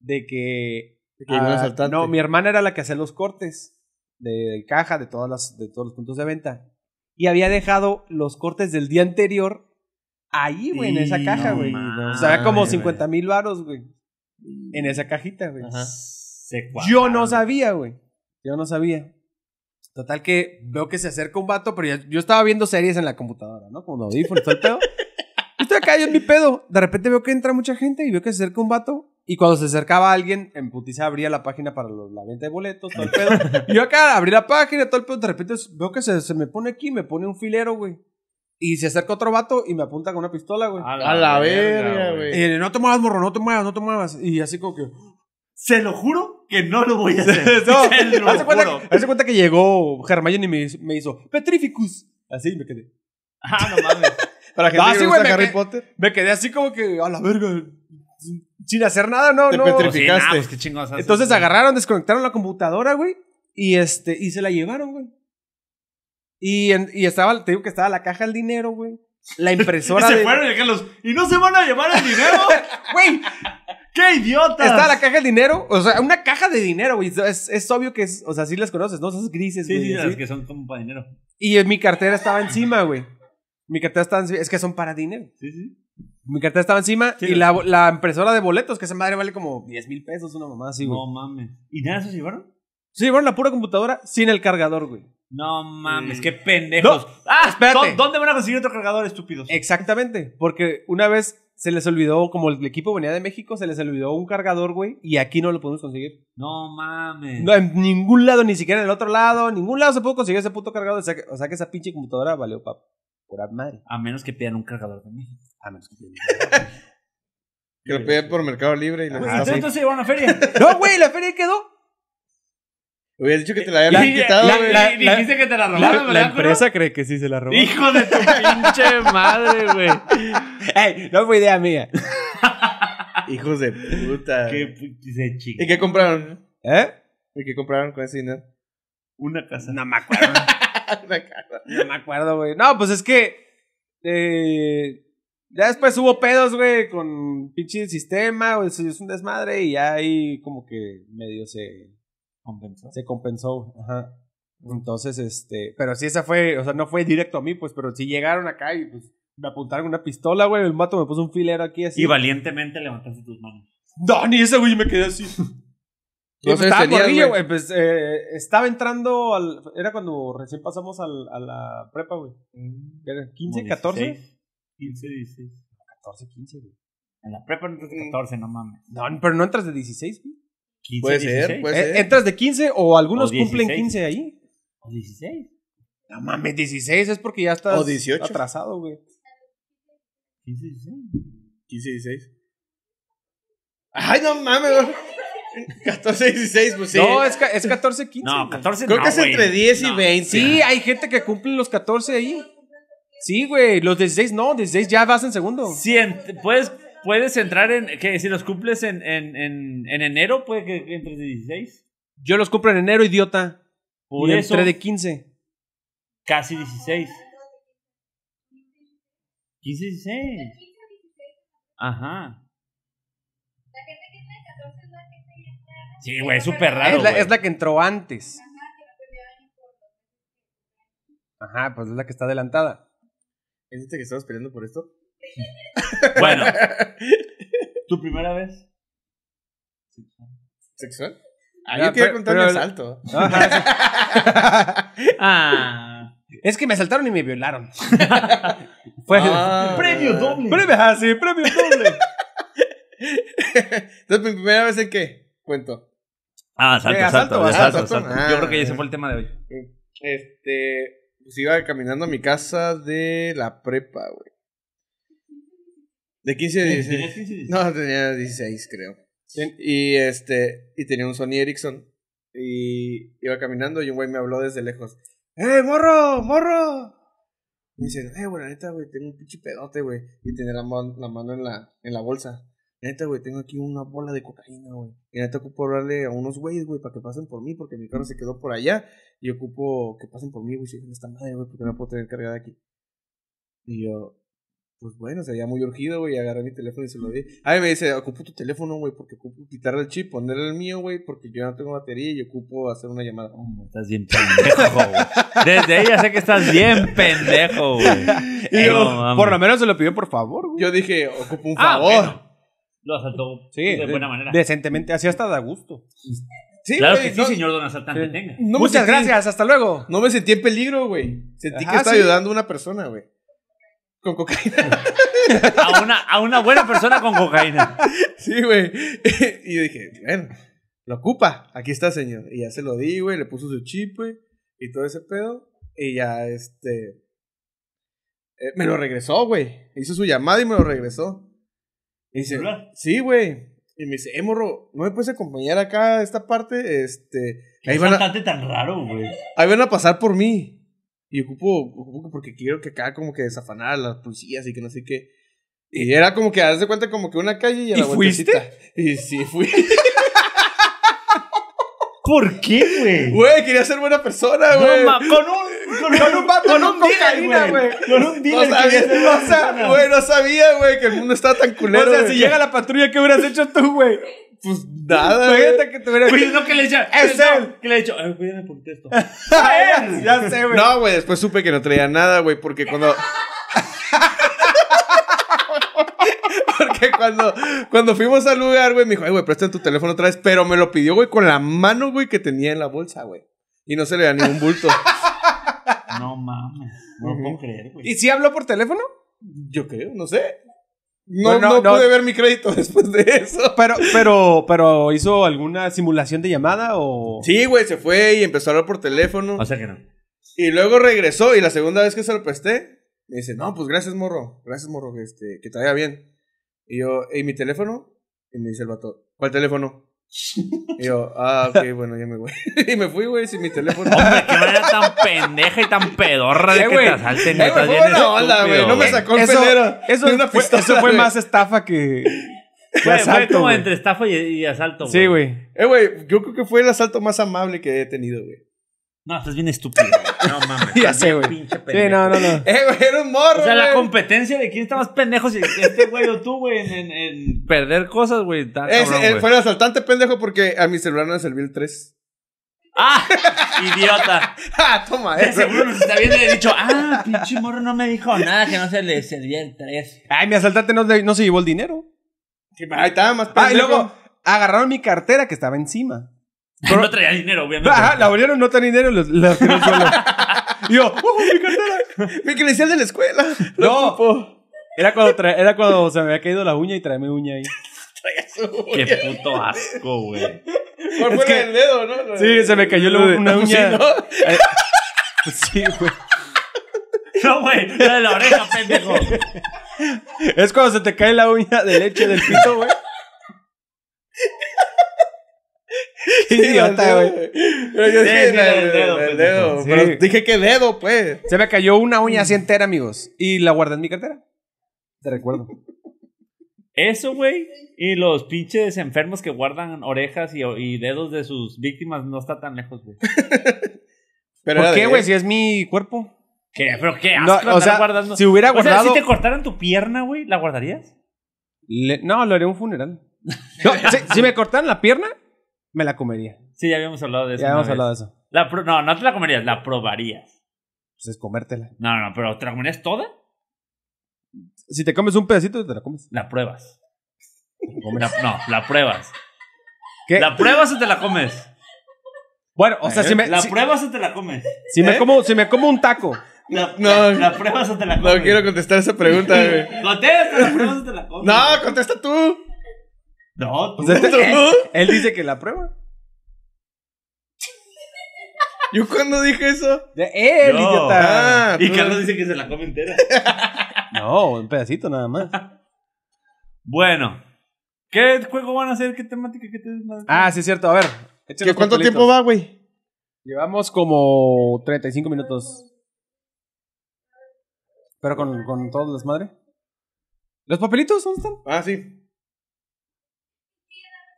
[SPEAKER 1] de que.
[SPEAKER 2] que llegó un
[SPEAKER 1] ah,
[SPEAKER 2] asaltante.
[SPEAKER 1] no, mi hermana era la que hacía los cortes de, caja de, todas las, de todos los puntos de venta. Y había dejado los cortes del día anterior ahí, güey, en esa
[SPEAKER 2] Y
[SPEAKER 1] caja,
[SPEAKER 2] no
[SPEAKER 1] güey.
[SPEAKER 3] mames,
[SPEAKER 1] o sea, había como
[SPEAKER 3] güey.
[SPEAKER 1] 50 mil varos, güey. En esa cajita, güey.
[SPEAKER 3] Se
[SPEAKER 1] Yo
[SPEAKER 3] cuajaron.
[SPEAKER 1] no sabía, güey. Yo no sabía. Total que veo que se acerca un vato, pero ya- yo estaba viendo series en la computadora, ¿no? Con audífonos, todo el pedo. Yo Estoy acá, yo en mi pedo. De repente veo que entra mucha gente y veo que se acerca un vato. Y cuando se acercaba alguien, en putiza abría la página para los- la venta de boletos, todo el pedo. Y yo acá abrí la página, todo el pedo. De repente veo que se, se me pone aquí, me pone un filero, güey. Y se acerca otro vato y me apunta con una pistola,
[SPEAKER 3] Ah,
[SPEAKER 1] güey.
[SPEAKER 2] A la verga,
[SPEAKER 1] Y
[SPEAKER 2] güey.
[SPEAKER 1] dice, no te muevas, morro, no te muevas, no te muevas. Y así como que...
[SPEAKER 3] Se lo juro que no lo voy a hacer.
[SPEAKER 1] No,
[SPEAKER 3] Se lo
[SPEAKER 1] hace cuenta,
[SPEAKER 3] juro.
[SPEAKER 1] haz de cuenta que llegó Hermione y me, hizo- me hizo Petrificus. Así me quedé.
[SPEAKER 3] Ah, no mames.
[SPEAKER 2] Para gente
[SPEAKER 1] Ah,
[SPEAKER 2] que
[SPEAKER 1] sí,
[SPEAKER 2] le
[SPEAKER 1] güey,
[SPEAKER 2] gusta
[SPEAKER 1] me
[SPEAKER 2] Harry
[SPEAKER 1] que-
[SPEAKER 2] Potter.
[SPEAKER 1] Me quedé así como que a la verga. sin- Sin hacer nada, no,
[SPEAKER 2] Te
[SPEAKER 1] no.
[SPEAKER 2] petrificó.
[SPEAKER 3] Sí, nah,
[SPEAKER 2] Picaste.
[SPEAKER 3] pues qué chingados haces,
[SPEAKER 1] Entonces
[SPEAKER 3] güey.
[SPEAKER 1] agarraron, desconectaron la computadora, güey. Y este, y se la llevaron, güey. Y, en- y estaba, te digo que estaba la caja del dinero, güey. La
[SPEAKER 3] Y
[SPEAKER 1] impresora
[SPEAKER 3] se
[SPEAKER 1] de.
[SPEAKER 3] fueron y Carlos. ¿Y no se van a llevar el dinero?
[SPEAKER 1] Güey,
[SPEAKER 3] ¡Qué idiota!
[SPEAKER 1] estaba la caja del dinero. O sea, una caja de dinero, güey. Es, es obvio que es, o sea, sí las conoces, ¿no? Esas grises,
[SPEAKER 3] Sí,
[SPEAKER 1] güey.
[SPEAKER 3] sí,
[SPEAKER 1] así.
[SPEAKER 3] las que son como para dinero.
[SPEAKER 1] Y eh, mi cartera estaba encima, güey. Mi cartera estaba encima. Es que son para dinero.
[SPEAKER 3] Sí, sí.
[SPEAKER 1] Mi cartera estaba encima.
[SPEAKER 3] Sí,
[SPEAKER 1] y la, la impresora de boletos, que esa madre vale como 10 mil pesos, una mamá así, güey.
[SPEAKER 3] No mames. ¿Y nada se llevaron?
[SPEAKER 1] Se llevaron la pura computadora sin el cargador, güey.
[SPEAKER 3] No mames, qué pendejos. ah,
[SPEAKER 1] espérate.
[SPEAKER 3] ¿dó- ¿Dónde van a conseguir otro cargador, estúpidos?
[SPEAKER 1] Exactamente, porque una vez se les olvidó, como el equipo venía de México, se les olvidó un cargador, güey, y aquí no lo podemos conseguir.
[SPEAKER 3] No mames.
[SPEAKER 1] No, en ningún lado, ni siquiera en el otro lado, en ningún lado se pudo conseguir ese puto cargador. O sea que, o sea que esa pinche computadora valió pa' pura madre.
[SPEAKER 3] A menos que pidan un cargador de México.
[SPEAKER 1] A menos que tenga-
[SPEAKER 2] Que lo pedían por Mercado Libre y lo
[SPEAKER 3] Pues,
[SPEAKER 2] ah,
[SPEAKER 3] entonces,
[SPEAKER 2] sí.
[SPEAKER 3] entonces se llevaron a feria.
[SPEAKER 1] No, güey, la feria ahí quedó.
[SPEAKER 2] Hubieras dicho que te la habían
[SPEAKER 3] Y-
[SPEAKER 2] quitado,
[SPEAKER 3] la-
[SPEAKER 2] güey.
[SPEAKER 3] la- y dijiste que te la
[SPEAKER 1] La,
[SPEAKER 3] robaron,
[SPEAKER 1] la
[SPEAKER 3] ¿verdad, culo?
[SPEAKER 1] empresa cree que sí se la robó.
[SPEAKER 3] Hijo de tu pinche madre, güey.
[SPEAKER 1] Ey, no fue idea mía.
[SPEAKER 2] Hijos de puta.
[SPEAKER 3] Que pu- se
[SPEAKER 2] ¿Y
[SPEAKER 3] chica.
[SPEAKER 2] qué compraron?
[SPEAKER 1] ¿Eh?
[SPEAKER 2] ¿Y qué compraron con ese dinero?
[SPEAKER 3] Una casa.
[SPEAKER 1] No me acuerdo. no me acuerdo, güey. No, pues es que. eh, ya después hubo pedos, güey, con pinche sistema, güey, se hizo un desmadre y ya ahí como que medio se,
[SPEAKER 3] Compensó.
[SPEAKER 1] se compensó. Ajá. Entonces, este. Pero sí, esa fue. O sea, no fue directo a mí, pues, pero sí llegaron acá y pues. Me apuntaron con una pistola, güey. El mato me puso un filero aquí así.
[SPEAKER 3] Y valientemente levantaste tus manos.
[SPEAKER 1] No, ni ese, güey, me quedé así. Y
[SPEAKER 2] ¿Cuántos
[SPEAKER 1] pues
[SPEAKER 2] años
[SPEAKER 1] estaba
[SPEAKER 2] tenías,
[SPEAKER 1] morrillo,
[SPEAKER 2] güey?
[SPEAKER 1] güey. Pues eh, estaba entrando al. Era cuando recién pasamos al, a la prepa, güey. Era 15, 14.
[SPEAKER 3] 15, 16.
[SPEAKER 1] 14, 15, güey.
[SPEAKER 3] En la prepa no entras de 14, no mames.
[SPEAKER 1] No, pero no entras de 16, güey.
[SPEAKER 3] 15,
[SPEAKER 2] Puede ser,
[SPEAKER 3] 16.
[SPEAKER 2] puede
[SPEAKER 1] Eh,
[SPEAKER 2] ser.
[SPEAKER 1] entras de 15 o algunos
[SPEAKER 3] O
[SPEAKER 1] cumplen
[SPEAKER 3] 16.
[SPEAKER 1] 15 ahí.
[SPEAKER 3] O 16.
[SPEAKER 1] No mames, 16 es porque ya estás
[SPEAKER 2] O 18.
[SPEAKER 1] atrasado, güey.
[SPEAKER 3] 15, 16.
[SPEAKER 2] 15, 16. Ay, no mames, güey. 14, 16, pues sí.
[SPEAKER 1] No, es, ca- es 14, 15.
[SPEAKER 3] No,
[SPEAKER 1] güey.
[SPEAKER 3] 14
[SPEAKER 2] Creo
[SPEAKER 3] no,
[SPEAKER 2] que es
[SPEAKER 3] güey.
[SPEAKER 2] entre 10 y
[SPEAKER 3] No.
[SPEAKER 2] 20.
[SPEAKER 1] Sí, hay gente que cumple los 14 ahí. Sí, güey. Los 16, no, 16 ya vas en segundo.
[SPEAKER 3] Si ent- puedes, puedes entrar en. que Si los cumples en, en, en, en enero, puede que entres de 16.
[SPEAKER 1] Yo los compro en enero, idiota.
[SPEAKER 3] Por
[SPEAKER 1] y
[SPEAKER 3] eso,
[SPEAKER 1] entré de 15.
[SPEAKER 3] casi 16. 15, 16. Ajá. Sí, güey, súper raro.
[SPEAKER 1] es, la,
[SPEAKER 3] güey.
[SPEAKER 1] es la que entró antes. Ajá, pues es la que está adelantada.
[SPEAKER 2] ¿Es este que estamos peleando por esto?
[SPEAKER 3] Bueno, tu primera vez.
[SPEAKER 2] ¿Sexual? Ah,
[SPEAKER 1] Ya,
[SPEAKER 2] yo quiero
[SPEAKER 1] pero-
[SPEAKER 2] contar mi
[SPEAKER 1] pero-
[SPEAKER 2] asalto.
[SPEAKER 1] Ajá,
[SPEAKER 3] Ah.
[SPEAKER 1] sí. es que me asaltaron y me violaron. Fue
[SPEAKER 2] Ah.
[SPEAKER 3] Premio doble.
[SPEAKER 1] Premio, ajá, sí, premio doble.
[SPEAKER 2] Entonces, mi primera vez en qué? Cuento.
[SPEAKER 3] Ah, salto,
[SPEAKER 1] Eh, asalto,
[SPEAKER 3] salto,
[SPEAKER 2] asalto.
[SPEAKER 3] salto, salto.
[SPEAKER 2] Ah,
[SPEAKER 3] Yo creo que
[SPEAKER 2] eh.
[SPEAKER 3] ese fue el tema de hoy.
[SPEAKER 2] Este, pues iba caminando a mi casa de la prepa, güey. De 15 a 16. No, tenía 16, creo. Y este, y tenía un Sony Ericsson. Y iba caminando y un güey me habló desde lejos. ¡Eh, morro, morro! Me dice, eh, güey, la neta, güey, tengo un pinche pedote, güey. Y tenía la, man- la mano en la, en la bolsa. La neta, güey, tengo aquí una bola de cocaína, güey. Y la neta ocupo hablarle a unos güeyes, güey, para que pasen por mí, porque mi carro se quedó por allá. Y ocupo que pasen por mí, güey, si ven esta madre, güey, porque no la puedo tener cargada aquí. Y yo, pues bueno, se veía muy urgido, güey, agarré mi teléfono y se lo di. Ahí me dice, ocupo tu teléfono, güey, porque ocupo quitarle el chip, ponerle el mío, güey, porque yo ya no tengo batería y ocupo hacer una llamada.
[SPEAKER 3] Hombre, Estás bien pendejo, güey. Desde ahí ya sé que estás bien pendejo, güey.
[SPEAKER 1] Y yo,
[SPEAKER 3] No mames.
[SPEAKER 1] por lo menos se lo pidió por favor, güey.
[SPEAKER 2] Yo dije, ocupo un
[SPEAKER 3] Ah,
[SPEAKER 2] favor.
[SPEAKER 3] bueno. Lo asaltó
[SPEAKER 1] Sí,
[SPEAKER 3] de buena manera.
[SPEAKER 1] Decentemente, así hasta da gusto.
[SPEAKER 2] Sí,
[SPEAKER 3] claro
[SPEAKER 2] güey,
[SPEAKER 3] que sí,
[SPEAKER 2] no-
[SPEAKER 3] señor don asaltante,
[SPEAKER 1] Sí.
[SPEAKER 3] tenga.
[SPEAKER 2] no me
[SPEAKER 1] Muchas
[SPEAKER 2] sentí-
[SPEAKER 1] gracias, hasta luego.
[SPEAKER 2] No me sentí en peligro, güey. Sentí que
[SPEAKER 1] Ajá,
[SPEAKER 2] estaba
[SPEAKER 1] sí.
[SPEAKER 2] ayudando a una persona, güey. Con cocaína.
[SPEAKER 3] A una, a una buena persona con cocaína.
[SPEAKER 2] sí, güey. y yo dije, bueno, lo ocupa. Aquí está, señor. Y ya se lo di, güey. Le puso su chip, güey. Y todo ese pedo. Y ya, este... eh, me lo regresó, güey. Hizo su llamada y me lo regresó. Y dice,
[SPEAKER 3] ¿Celular?
[SPEAKER 2] sí, güey. Y me dice, eh, morro, ¿no me puedes acompañar acá a esta parte? Este...
[SPEAKER 3] Qué
[SPEAKER 2] Ahí van a-
[SPEAKER 3] asaltante tan raro, güey.
[SPEAKER 2] Ahí van a pasar por mí. Y ocupo, ocupo que- porque quiero que acá como que desafanar a las policías y que no sé qué. Y era como que, haz de cuenta, como que una calle y a
[SPEAKER 1] ¿Y
[SPEAKER 2] la
[SPEAKER 1] fuiste?
[SPEAKER 2] vueltecita. Y sí, fui.
[SPEAKER 3] ¿Por qué, güey?
[SPEAKER 2] Güey, quería ser buena persona, güey.
[SPEAKER 3] No, ma- con un, con,
[SPEAKER 1] Con un vato,
[SPEAKER 3] con
[SPEAKER 1] con
[SPEAKER 3] un dealer,
[SPEAKER 1] cocaína,
[SPEAKER 3] güey.
[SPEAKER 1] güey.
[SPEAKER 3] Con un
[SPEAKER 2] No
[SPEAKER 3] dealer. que
[SPEAKER 2] sabía,
[SPEAKER 3] dice,
[SPEAKER 2] no sabía, güey, no sabía, güey, que el mundo estaba tan
[SPEAKER 1] O
[SPEAKER 2] culero.
[SPEAKER 1] sea, si
[SPEAKER 2] güey.
[SPEAKER 1] llega la patrulla, ¿qué hubieras hecho tú, güey?
[SPEAKER 2] Pues nada, güey.
[SPEAKER 1] Imagínate que te hubiera...
[SPEAKER 3] Güey, no, que le echa.
[SPEAKER 1] Es
[SPEAKER 3] no,
[SPEAKER 1] él.
[SPEAKER 3] Que le echa. Ay, cuídame por esto.
[SPEAKER 1] Ya sé, güey.
[SPEAKER 2] No, güey, después supe que no traía nada, güey, porque cuando... Porque cuando, cuando fuimos al lugar, güey, me dijo, ay, güey, presta tu teléfono otra vez. Pero me lo pidió, güey, con la mano, güey, que tenía en la bolsa, güey. Y no se le da ningún bulto.
[SPEAKER 7] No mames. No lo puedo creer, güey.
[SPEAKER 1] ¿Y si habló por teléfono?
[SPEAKER 2] Yo creo, no sé. No,
[SPEAKER 1] Bueno,
[SPEAKER 2] no,
[SPEAKER 1] no.
[SPEAKER 2] pude ver mi crédito después de eso.
[SPEAKER 1] Pero, pero, pero hizo alguna simulación de llamada o.
[SPEAKER 2] Sí, güey, se fue y empezó a hablar por teléfono.
[SPEAKER 3] O sea que no.
[SPEAKER 2] Y luego regresó y la segunda vez que se lo presté, me dice, no, pues gracias, morro. Gracias, morro, que, este, que te vaya bien. Y yo, ¿y mi teléfono? Y me dice el vato, ¿cuál teléfono? Y yo, ah, ok, bueno, ya me voy. y me fui, güey, sin mi teléfono.
[SPEAKER 3] Hombre, qué manera tan pendeja y tan pedorra de
[SPEAKER 1] Eh,
[SPEAKER 3] que
[SPEAKER 1] güey.
[SPEAKER 3] te asalten.
[SPEAKER 2] Eh,
[SPEAKER 3] güey, estás
[SPEAKER 2] güey,
[SPEAKER 3] bien
[SPEAKER 2] fue buena onda, güey,
[SPEAKER 3] estúpido,
[SPEAKER 2] no me
[SPEAKER 3] güey.
[SPEAKER 2] sacó el pelero.
[SPEAKER 1] eso,
[SPEAKER 2] de una
[SPEAKER 1] fue,
[SPEAKER 2] pistola,
[SPEAKER 1] eso fue
[SPEAKER 2] güey.
[SPEAKER 1] más estafa que. que
[SPEAKER 3] Fue, fue
[SPEAKER 1] asalto,
[SPEAKER 3] como
[SPEAKER 1] güey.
[SPEAKER 3] entre estafa y, y asalto.
[SPEAKER 1] Sí, güey.
[SPEAKER 2] Eh, güey, yo creo que fue el asalto más amable que he tenido, güey.
[SPEAKER 3] No, estás bien estúpido. güey. No mames.
[SPEAKER 1] Ya
[SPEAKER 3] estás
[SPEAKER 1] sé,
[SPEAKER 3] bien
[SPEAKER 1] güey.
[SPEAKER 3] pinche
[SPEAKER 1] Sí,
[SPEAKER 3] pendejo.
[SPEAKER 1] no, no, no.
[SPEAKER 2] Eh, güey, era un morro,
[SPEAKER 3] O sea, la
[SPEAKER 2] güey.
[SPEAKER 3] competencia de quién está más pendejo, si este güey o tú, güey, en, en- en perder cosas, güey. Está
[SPEAKER 2] Ese,
[SPEAKER 3] cabrón,
[SPEAKER 2] eh,
[SPEAKER 3] güey.
[SPEAKER 2] fue el asaltante pendejo porque a mi celular no le servía el 3.
[SPEAKER 3] ¡Ah! Idiota.
[SPEAKER 2] ¡Ah, toma
[SPEAKER 7] De
[SPEAKER 2] eso!
[SPEAKER 7] seguro nos está viendo y le he dicho, ah, pinche morro no me dijo nada, que no se le servía el 3.
[SPEAKER 1] Ay, mi asaltante no, no se llevó el dinero.
[SPEAKER 2] Ahí estaba más pendejo.
[SPEAKER 1] Ah, y luego agarraron mi cartera que estaba encima.
[SPEAKER 3] no traía dinero, obviamente.
[SPEAKER 1] Ajá, la abrieron, no tenía dinero, los- la tiró al suelo. Y yo, ¡uh, mi cartera!
[SPEAKER 2] Mi credencial de la escuela. Oh,
[SPEAKER 1] No. Era cuando, tra- era cuando se me había caído la uña y traía mi uña ahí.
[SPEAKER 3] Qué puto asco, güey.
[SPEAKER 2] ¿Cuál
[SPEAKER 1] Es
[SPEAKER 2] fue
[SPEAKER 1] que-
[SPEAKER 2] el dedo, no?
[SPEAKER 1] Sí, se me cayó la- una
[SPEAKER 2] Pues sí,
[SPEAKER 1] uña.
[SPEAKER 2] ¿no?
[SPEAKER 1] Eh, pues sí, güey.
[SPEAKER 3] No, güey. La de la oreja, pendejo.
[SPEAKER 1] Es cuando se te cae la uña de leche del pito, güey. Qué idiota, güey.
[SPEAKER 2] Pero yo
[SPEAKER 3] Sí,
[SPEAKER 2] dije
[SPEAKER 3] sí,
[SPEAKER 2] la-
[SPEAKER 3] del dedo,
[SPEAKER 2] del
[SPEAKER 3] pues.
[SPEAKER 2] dedo.
[SPEAKER 1] Sí.
[SPEAKER 2] Pero dije que dedo, pues.
[SPEAKER 1] Se me cayó una uña así entera, amigos. Y la guardé en mi cartera. Te recuerdo.
[SPEAKER 3] Eso, güey. Y los pinches enfermos que guardan orejas y, y dedos de sus víctimas no está tan lejos, güey.
[SPEAKER 2] Pero
[SPEAKER 1] ¿Por
[SPEAKER 2] era
[SPEAKER 1] qué,
[SPEAKER 2] de
[SPEAKER 1] güey?
[SPEAKER 2] él.
[SPEAKER 1] Si es mi cuerpo.
[SPEAKER 3] ¿Qué? ¿Pero qué
[SPEAKER 1] No,
[SPEAKER 3] asco
[SPEAKER 1] o
[SPEAKER 3] andar
[SPEAKER 1] sea,
[SPEAKER 3] guardando?
[SPEAKER 1] si hubiera
[SPEAKER 3] O sea,
[SPEAKER 1] guardado.
[SPEAKER 3] si te cortaran tu pierna, güey, ¿la guardarías?
[SPEAKER 1] le- No, lo haría un funeral. No, si, si me cortaran la pierna, me la comería.
[SPEAKER 3] Sí, ya habíamos hablado de eso.
[SPEAKER 1] Ya
[SPEAKER 3] una
[SPEAKER 1] hemos
[SPEAKER 3] vez.
[SPEAKER 1] hablado de eso.
[SPEAKER 3] La pro- no, no te la comerías, la probarías.
[SPEAKER 1] Pues es comértela.
[SPEAKER 3] No, no, pero ¿te la comerías toda?
[SPEAKER 1] Si te comes un pedacito, te la comes.
[SPEAKER 3] La pruebas. La- no, la pruebas.
[SPEAKER 1] ¿Qué?
[SPEAKER 3] ¿La pruebas o te la comes?
[SPEAKER 1] Bueno, o sea,
[SPEAKER 2] Eh,
[SPEAKER 1] si me,
[SPEAKER 7] ¿La
[SPEAKER 1] si,
[SPEAKER 7] pruebas o te la comes?
[SPEAKER 1] si me
[SPEAKER 2] ¿Eh?
[SPEAKER 1] como, si me como un taco.
[SPEAKER 7] La,
[SPEAKER 2] No.
[SPEAKER 7] la, la pruebas o te la comes?
[SPEAKER 2] No quiero contestar esa pregunta, güey.
[SPEAKER 7] Contesta, la pruebas o te la comes.
[SPEAKER 2] No, contesta tú.
[SPEAKER 7] No, tú.
[SPEAKER 1] O sea,
[SPEAKER 2] ¿Tú?
[SPEAKER 1] él dice que la prueba.
[SPEAKER 2] ¿Yo cuando dije eso?
[SPEAKER 1] De él,
[SPEAKER 3] Yo.
[SPEAKER 1] idiota.
[SPEAKER 2] Ah,
[SPEAKER 7] Y
[SPEAKER 2] tú.
[SPEAKER 7] Carlos dice que se la come entera.
[SPEAKER 1] No, un pedacito nada más.
[SPEAKER 3] Bueno. ¿Qué juego van a hacer? ¿Qué temática? ¿Qué te
[SPEAKER 1] Ah, sí, es cierto. A ver. échenos
[SPEAKER 2] ¿Qué cuánto
[SPEAKER 1] papelitos.
[SPEAKER 2] tiempo va, güey?
[SPEAKER 1] Llevamos como 35 minutos. Pero con, con todo el desmadre. ¿Los papelitos? ¿Dónde están?
[SPEAKER 2] Ah, sí.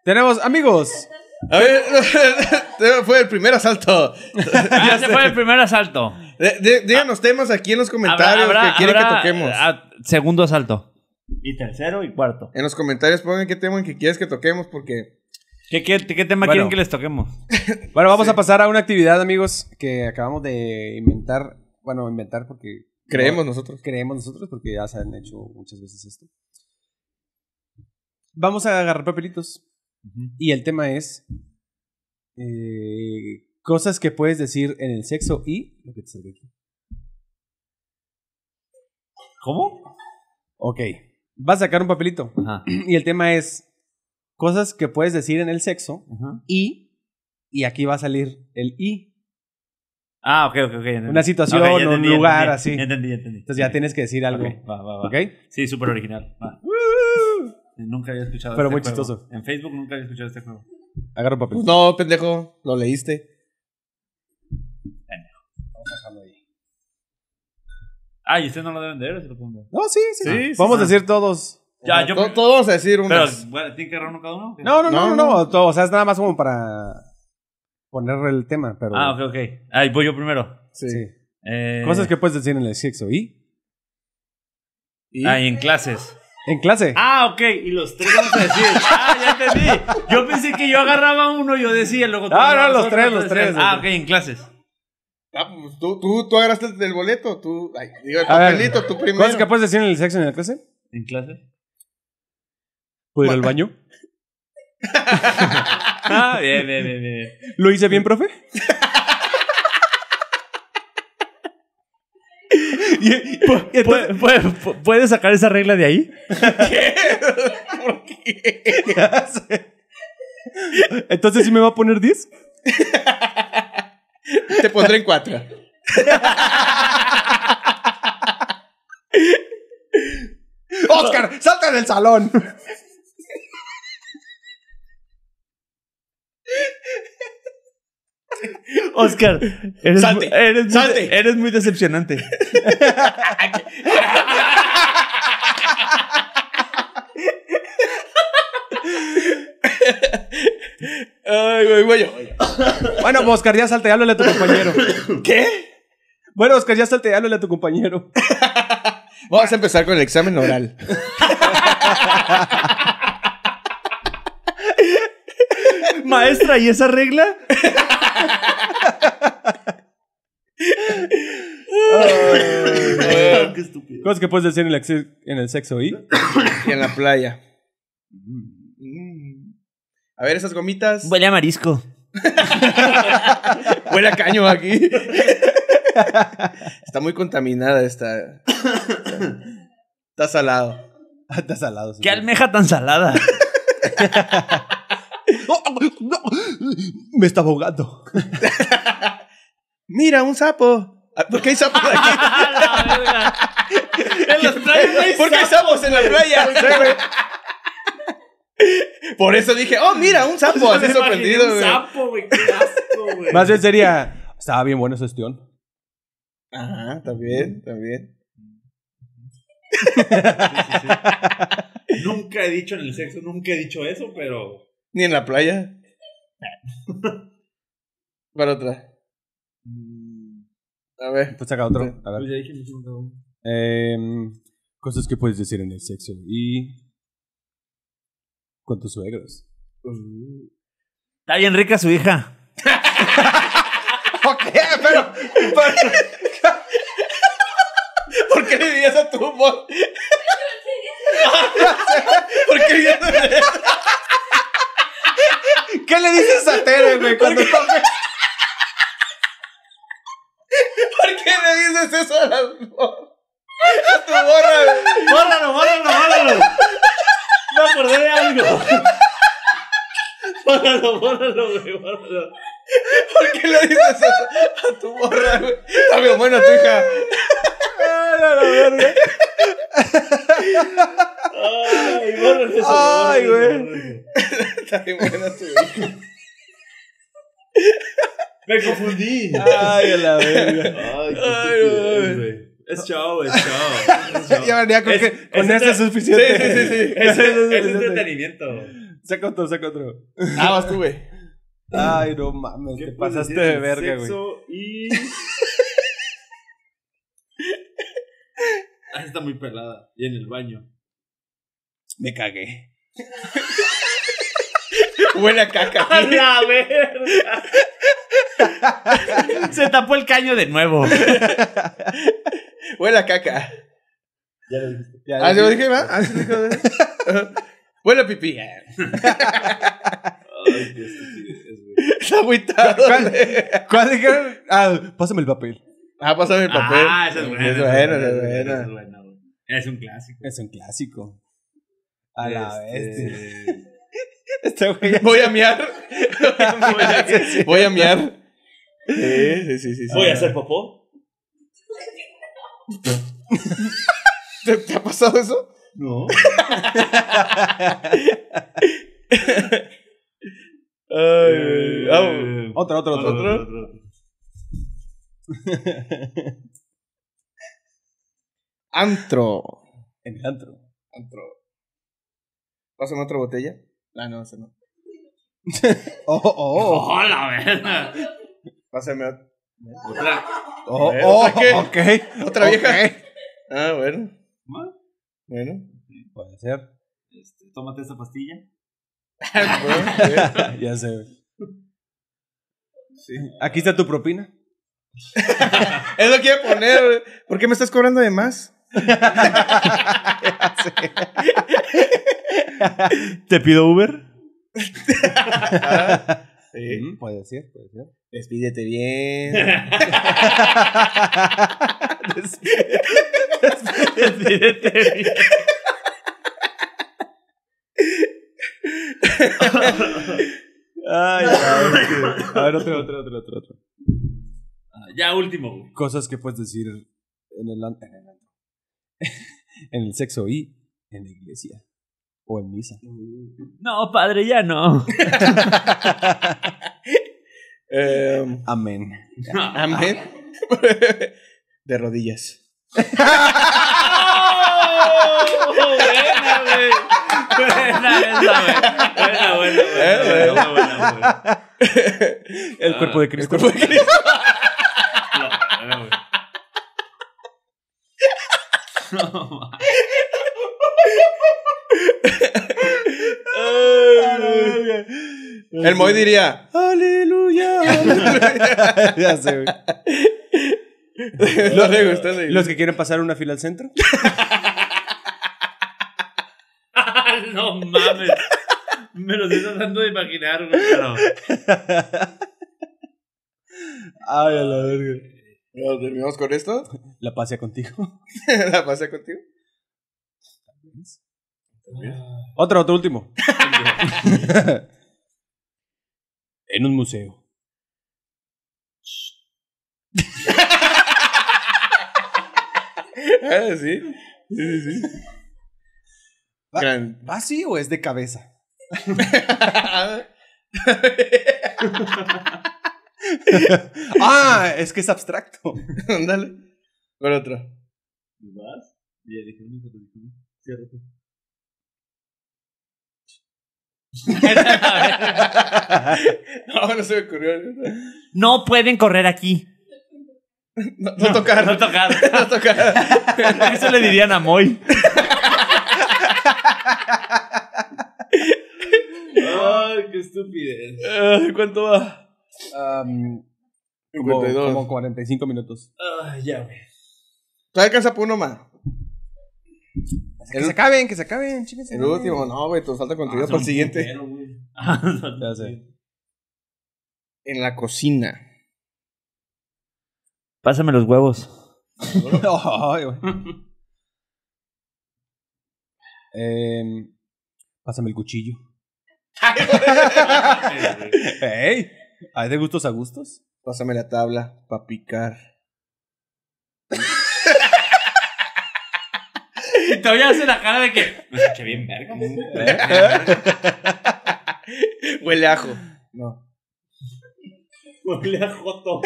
[SPEAKER 1] Tenemos, amigos.
[SPEAKER 2] A ver, fue el primer asalto.
[SPEAKER 3] Ah, ese fue el primer asalto.
[SPEAKER 2] De- de- díganos temas aquí en los comentarios que quieren que
[SPEAKER 3] habrá,
[SPEAKER 2] toquemos.
[SPEAKER 3] ah, segundo asalto.
[SPEAKER 7] Y tercero y cuarto.
[SPEAKER 2] En los comentarios pongan qué tema que quieres que toquemos porque
[SPEAKER 3] ¿Qué, qué- qué tema
[SPEAKER 1] Bueno.
[SPEAKER 3] quieren que les toquemos?
[SPEAKER 1] Bueno, vamos a pasar a una actividad, amigos, que acabamos de inventar. Bueno, inventar porque
[SPEAKER 2] creemos nosotros.
[SPEAKER 1] creemos nosotros, porque ya se han hecho muchas veces esto. Vamos a agarrar papelitos. Y el tema es eh, cosas que puedes decir en el sexo y lo que te salga aquí.
[SPEAKER 3] ¿Cómo?
[SPEAKER 1] Ok. Vas a sacar un papelito.
[SPEAKER 3] Ajá.
[SPEAKER 1] Y el tema es cosas que puedes decir en el sexo
[SPEAKER 3] Ajá.
[SPEAKER 1] y y aquí va a salir el y.
[SPEAKER 3] Ah, ok, ok, ok.
[SPEAKER 1] Una situación o un lugar así.
[SPEAKER 3] Entendí, ya entendí.
[SPEAKER 1] Entonces ya tienes que decir algo.
[SPEAKER 3] Ok, va, va, va.
[SPEAKER 1] ¿Ok?
[SPEAKER 3] Sí, súper original. va. Nunca había escuchado
[SPEAKER 1] Pero
[SPEAKER 3] este
[SPEAKER 1] muy
[SPEAKER 3] juego.
[SPEAKER 1] chistoso.
[SPEAKER 3] En Facebook nunca había escuchado este juego.
[SPEAKER 1] Agarra un
[SPEAKER 2] Pues
[SPEAKER 1] papelito.
[SPEAKER 2] no, pendejo, lo leíste.
[SPEAKER 3] Ah, y ustedes no lo deben de ver, se lo pueden ver.
[SPEAKER 1] No, sí, sí.
[SPEAKER 2] Sí, sí,
[SPEAKER 1] Vamos a
[SPEAKER 2] sí.
[SPEAKER 1] decir todos.
[SPEAKER 3] Ya, yo-
[SPEAKER 2] To- Todos vamos a decir
[SPEAKER 3] Pero,
[SPEAKER 2] unas.
[SPEAKER 3] bueno, ¿tiene que agarrar uno cada uno?
[SPEAKER 1] No, no, no, no,
[SPEAKER 2] No,
[SPEAKER 1] no. todo, o sea, es nada más como para poner el tema, pero
[SPEAKER 3] Ah, ok, ok. Ahí voy yo primero.
[SPEAKER 1] sí.
[SPEAKER 2] sí.
[SPEAKER 3] Eh,
[SPEAKER 1] Cosas que puedes decir en el sexo y
[SPEAKER 2] ¿Y?
[SPEAKER 3] Ah, y en clases.
[SPEAKER 1] en clase.
[SPEAKER 3] Ah, ok. Y los tres vamos a decir. Ah, ya entendí. Yo pensé que yo agarraba uno y yo decía, luego tú
[SPEAKER 1] Ah, no,
[SPEAKER 3] agarrabas
[SPEAKER 1] los
[SPEAKER 3] otro,
[SPEAKER 1] tres,
[SPEAKER 3] tú
[SPEAKER 1] los
[SPEAKER 3] decías.
[SPEAKER 1] tres,
[SPEAKER 3] Ah,
[SPEAKER 1] los
[SPEAKER 3] ok, en clases.
[SPEAKER 2] Ah, pues, tú, tú, tú agarraste el del boleto, tú. Ay, digo, el
[SPEAKER 1] A ver,
[SPEAKER 2] papelito, tú primero.
[SPEAKER 1] Cosas que puedes decir en el sexo y en la clase.
[SPEAKER 3] ¿En clases?
[SPEAKER 1] ¿Puedo ir al baño?
[SPEAKER 5] Ah, bien, bien, bien, bien.
[SPEAKER 1] ¿Lo hice bien, profe? Y- pu- y entonces-
[SPEAKER 5] ¿Puede, puede- pu- puede sacar esa regla de ahí?
[SPEAKER 1] Entonces sí me va a poner 10.
[SPEAKER 2] Te pondré en cuatro.
[SPEAKER 1] Oscar, salta del salón.
[SPEAKER 5] Oscar, eres,
[SPEAKER 2] Salte,
[SPEAKER 5] mu- eres muy-
[SPEAKER 2] salte.
[SPEAKER 5] eres muy decepcionante.
[SPEAKER 2] Ay, güey, güey.
[SPEAKER 1] Bueno, pues, Oscar, ya salte, háblale a tu compañero.
[SPEAKER 2] ¿Qué?
[SPEAKER 1] Bueno, Oscar, ya salte, háblale a tu compañero.
[SPEAKER 2] Vamos a empezar con el examen oral.
[SPEAKER 5] Maestra, ¿y esa regla? Qué estúpido.
[SPEAKER 1] Cosas que puedes decir en el, ex- en el sexo y
[SPEAKER 2] Y en la playa. A ver, esas gomitas.
[SPEAKER 5] Huele a marisco.
[SPEAKER 2] Huele a caño aquí. Está muy contaminada esta. Está salado.
[SPEAKER 1] está salado. sí.
[SPEAKER 5] ¿Qué almeja tan salada?
[SPEAKER 1] ¡Oh! ¡No! Me está ahogando.
[SPEAKER 2] Mira, un sapo. Ah, ¿Por qué hay sapos aquí?
[SPEAKER 5] En las playas no hay
[SPEAKER 2] ¿Por qué hay sapos en la playa? Por eso dije, oh, mira, un sapo. Así
[SPEAKER 5] Me imaginé
[SPEAKER 2] sorprendido,
[SPEAKER 5] un
[SPEAKER 2] güey.
[SPEAKER 5] sapo, güey. Qué asco, güey.
[SPEAKER 1] Más bien sería. Estaba bien bueno ese ostión.
[SPEAKER 2] Ajá, también, también.
[SPEAKER 3] Nunca he dicho en el sexo, nunca he dicho eso, pero.
[SPEAKER 2] Ni en la playa. Para otra. Mm. A ver.
[SPEAKER 1] Pues saca otro. A ver.
[SPEAKER 3] "Pues,
[SPEAKER 1] Em, cosas que puedes decir en el sexo y. Con tus suegros.
[SPEAKER 5] Está bien rica su hija.
[SPEAKER 2] Ok, pero. ¿Por qué le dirías a tu amor? ¿Por qué le dirías a
[SPEAKER 1] ¿Qué le dices a Tere, güey? Cuando está-
[SPEAKER 2] ¿Por qué le dices eso a las mor- A tu morra, güey?
[SPEAKER 3] ¡Bórralo, bórralo, bórralo! Me acordé de algo. Bórralo, bórralo, güey, bórralo.
[SPEAKER 2] ¿Por qué le dices eso a tu morra, güey? Está bien bueno, tu hija.
[SPEAKER 1] Ay, a Ah, la verga.
[SPEAKER 3] Ay, bórralo. eso,
[SPEAKER 1] Ay,
[SPEAKER 3] bórralo,
[SPEAKER 1] güey.
[SPEAKER 3] bórralo.
[SPEAKER 2] Está bien buena tu hija.
[SPEAKER 3] Me confundí.
[SPEAKER 1] Ay, a la verga.
[SPEAKER 3] Ay, qué
[SPEAKER 2] Ay,
[SPEAKER 3] estúpido,
[SPEAKER 2] güey.
[SPEAKER 3] güey. Es chao, es chao. es chao.
[SPEAKER 1] Ya venía con
[SPEAKER 3] Es-
[SPEAKER 1] que con
[SPEAKER 3] es-
[SPEAKER 1] este es suficiente.
[SPEAKER 2] Sí, sí, sí, sí.
[SPEAKER 3] Eso
[SPEAKER 1] Ese
[SPEAKER 3] es, es
[SPEAKER 1] suficiente.
[SPEAKER 3] entretenimiento.
[SPEAKER 1] Saca otro, saca otro.
[SPEAKER 2] Ah, vas tú, güey.
[SPEAKER 1] Ay, no mames, te pasaste de verga, güey.
[SPEAKER 3] Sexo y. Ah, está muy pelada. Y en el baño.
[SPEAKER 1] Me cagué.
[SPEAKER 2] Huele a caca.
[SPEAKER 3] ¡A la verga!
[SPEAKER 5] Se tapó el caño de nuevo.
[SPEAKER 2] Huele a caca.
[SPEAKER 1] Ya,
[SPEAKER 2] Ah,
[SPEAKER 1] ya.
[SPEAKER 2] yo dije, ¿va? Ah, sí, dije, ¿va? Huele a pipí.
[SPEAKER 3] Ay, qué estúpido es, güey.
[SPEAKER 2] Está agüitado.
[SPEAKER 1] ¿Cuál? ¿Cuál dijeron? Ah, pásame el papel.
[SPEAKER 2] Ah, pásame el papel.
[SPEAKER 3] Ah, esa es buena.
[SPEAKER 2] Es buena, esa es
[SPEAKER 3] esa
[SPEAKER 2] buena.
[SPEAKER 3] es buena, güey. Es un clásico.
[SPEAKER 1] Es un clásico. A la
[SPEAKER 3] Este,
[SPEAKER 1] bestia. Este güey.
[SPEAKER 2] Voy a miar. Voy a miar. Sí, sí, sí, sí. sí.
[SPEAKER 3] Voy a hacer popó.
[SPEAKER 2] ¿Te, te ha pasado eso?
[SPEAKER 3] No.
[SPEAKER 2] Ay, vamos.
[SPEAKER 3] Eh,
[SPEAKER 1] Otro, otro, otro.
[SPEAKER 2] otro. Antro.
[SPEAKER 1] En el antro.
[SPEAKER 2] Antro. Pásame otra botella. Ah, no, esa no.
[SPEAKER 1] Oh, oh, oh.
[SPEAKER 3] ¡Oh, la verga!
[SPEAKER 2] Pásame otra.
[SPEAKER 3] Otra.
[SPEAKER 1] Oh,
[SPEAKER 2] Eh,
[SPEAKER 1] oh,
[SPEAKER 2] ¿otra qué?
[SPEAKER 1] ok.
[SPEAKER 2] ¿Otra
[SPEAKER 1] Ok.
[SPEAKER 2] vieja? Ah, bueno.
[SPEAKER 3] ¿Más?
[SPEAKER 2] Bueno.
[SPEAKER 1] Puede ser.
[SPEAKER 3] Este, tómate esta pastilla.
[SPEAKER 2] Ah, Bueno,
[SPEAKER 1] ya sé. Aquí está tu propina.
[SPEAKER 2] Es lo que iba a poner. güey. ¿Por qué me estás cobrando de más?
[SPEAKER 8] ¿Te pido Uber?
[SPEAKER 1] Mm, Puede ser, puede ser.
[SPEAKER 2] Despídete bien.
[SPEAKER 1] Ay, ay, a ver, otro, otro, otro, otro, otro.
[SPEAKER 3] Ya último, güey.
[SPEAKER 1] Cosas que puedes decir en el, an- en el, an- en el sexo y en la iglesia o en misa.
[SPEAKER 8] No, padre, ya no.
[SPEAKER 2] Em,
[SPEAKER 1] Amén.
[SPEAKER 2] Amén. De rodillas.
[SPEAKER 3] buena, güey. Buena esa, güey. Buena, buena, buena, buena, buena, buena.
[SPEAKER 1] Ah, El cuerpo de
[SPEAKER 2] El
[SPEAKER 1] Cristo.
[SPEAKER 2] cuerpo de Cristo.
[SPEAKER 3] Buena, güey.
[SPEAKER 2] El Moy diría.
[SPEAKER 1] Aleluya. ya sé, güey.
[SPEAKER 2] No le gustan de-
[SPEAKER 1] Los que quieren pasar una fila al centro.
[SPEAKER 3] Ah, No mames. Me los estoy tratando de imaginar, güey. Pero...
[SPEAKER 1] Ay, a la verga.
[SPEAKER 2] Bueno, ¿Terminamos con esto?
[SPEAKER 1] La pasea contigo.
[SPEAKER 2] ¿La pasé contigo?
[SPEAKER 1] Otro, otro último. en un museo.
[SPEAKER 2] Ah, sí. Sí, sí, sí.
[SPEAKER 1] Va-
[SPEAKER 2] Gran-
[SPEAKER 1] ¿Ah, sí o es de cabeza? ah, es que es abstracto.
[SPEAKER 2] Ándale. Con otro.
[SPEAKER 3] ¿Vas? Ya dije uno, pero dije uno. Cierra tú. pues.
[SPEAKER 2] No, no se me ocurrió. No,
[SPEAKER 8] No pueden correr aquí.
[SPEAKER 2] no tocar. No,
[SPEAKER 3] No tocar.
[SPEAKER 2] tocar.
[SPEAKER 8] Eso le dirían a Moy.
[SPEAKER 3] Ay, qué estupidez.
[SPEAKER 1] Ay, ¿Cuánto va? Am, como,
[SPEAKER 2] 52.
[SPEAKER 1] como 45 minutos.
[SPEAKER 3] Ay, ya, güey.
[SPEAKER 2] Todavía alcanza por uno más.
[SPEAKER 1] Que se acaben, que se acaben, chíquense.
[SPEAKER 2] El último, no, güey, te falta
[SPEAKER 1] Ah,
[SPEAKER 2] contenido para el siguiente.
[SPEAKER 1] Ya sé.
[SPEAKER 2] En la cocina.
[SPEAKER 8] Pásame los huevos.
[SPEAKER 1] Ay, güey. Em, pásame el cuchillo. ¡Ey! ¿Hay de gustos a gustos?
[SPEAKER 2] Pásame la tabla para picar.
[SPEAKER 3] Y todavía hace la cara de que. Me escuché bien verga.
[SPEAKER 2] Huele a ajo. No.
[SPEAKER 3] Huele a Joto.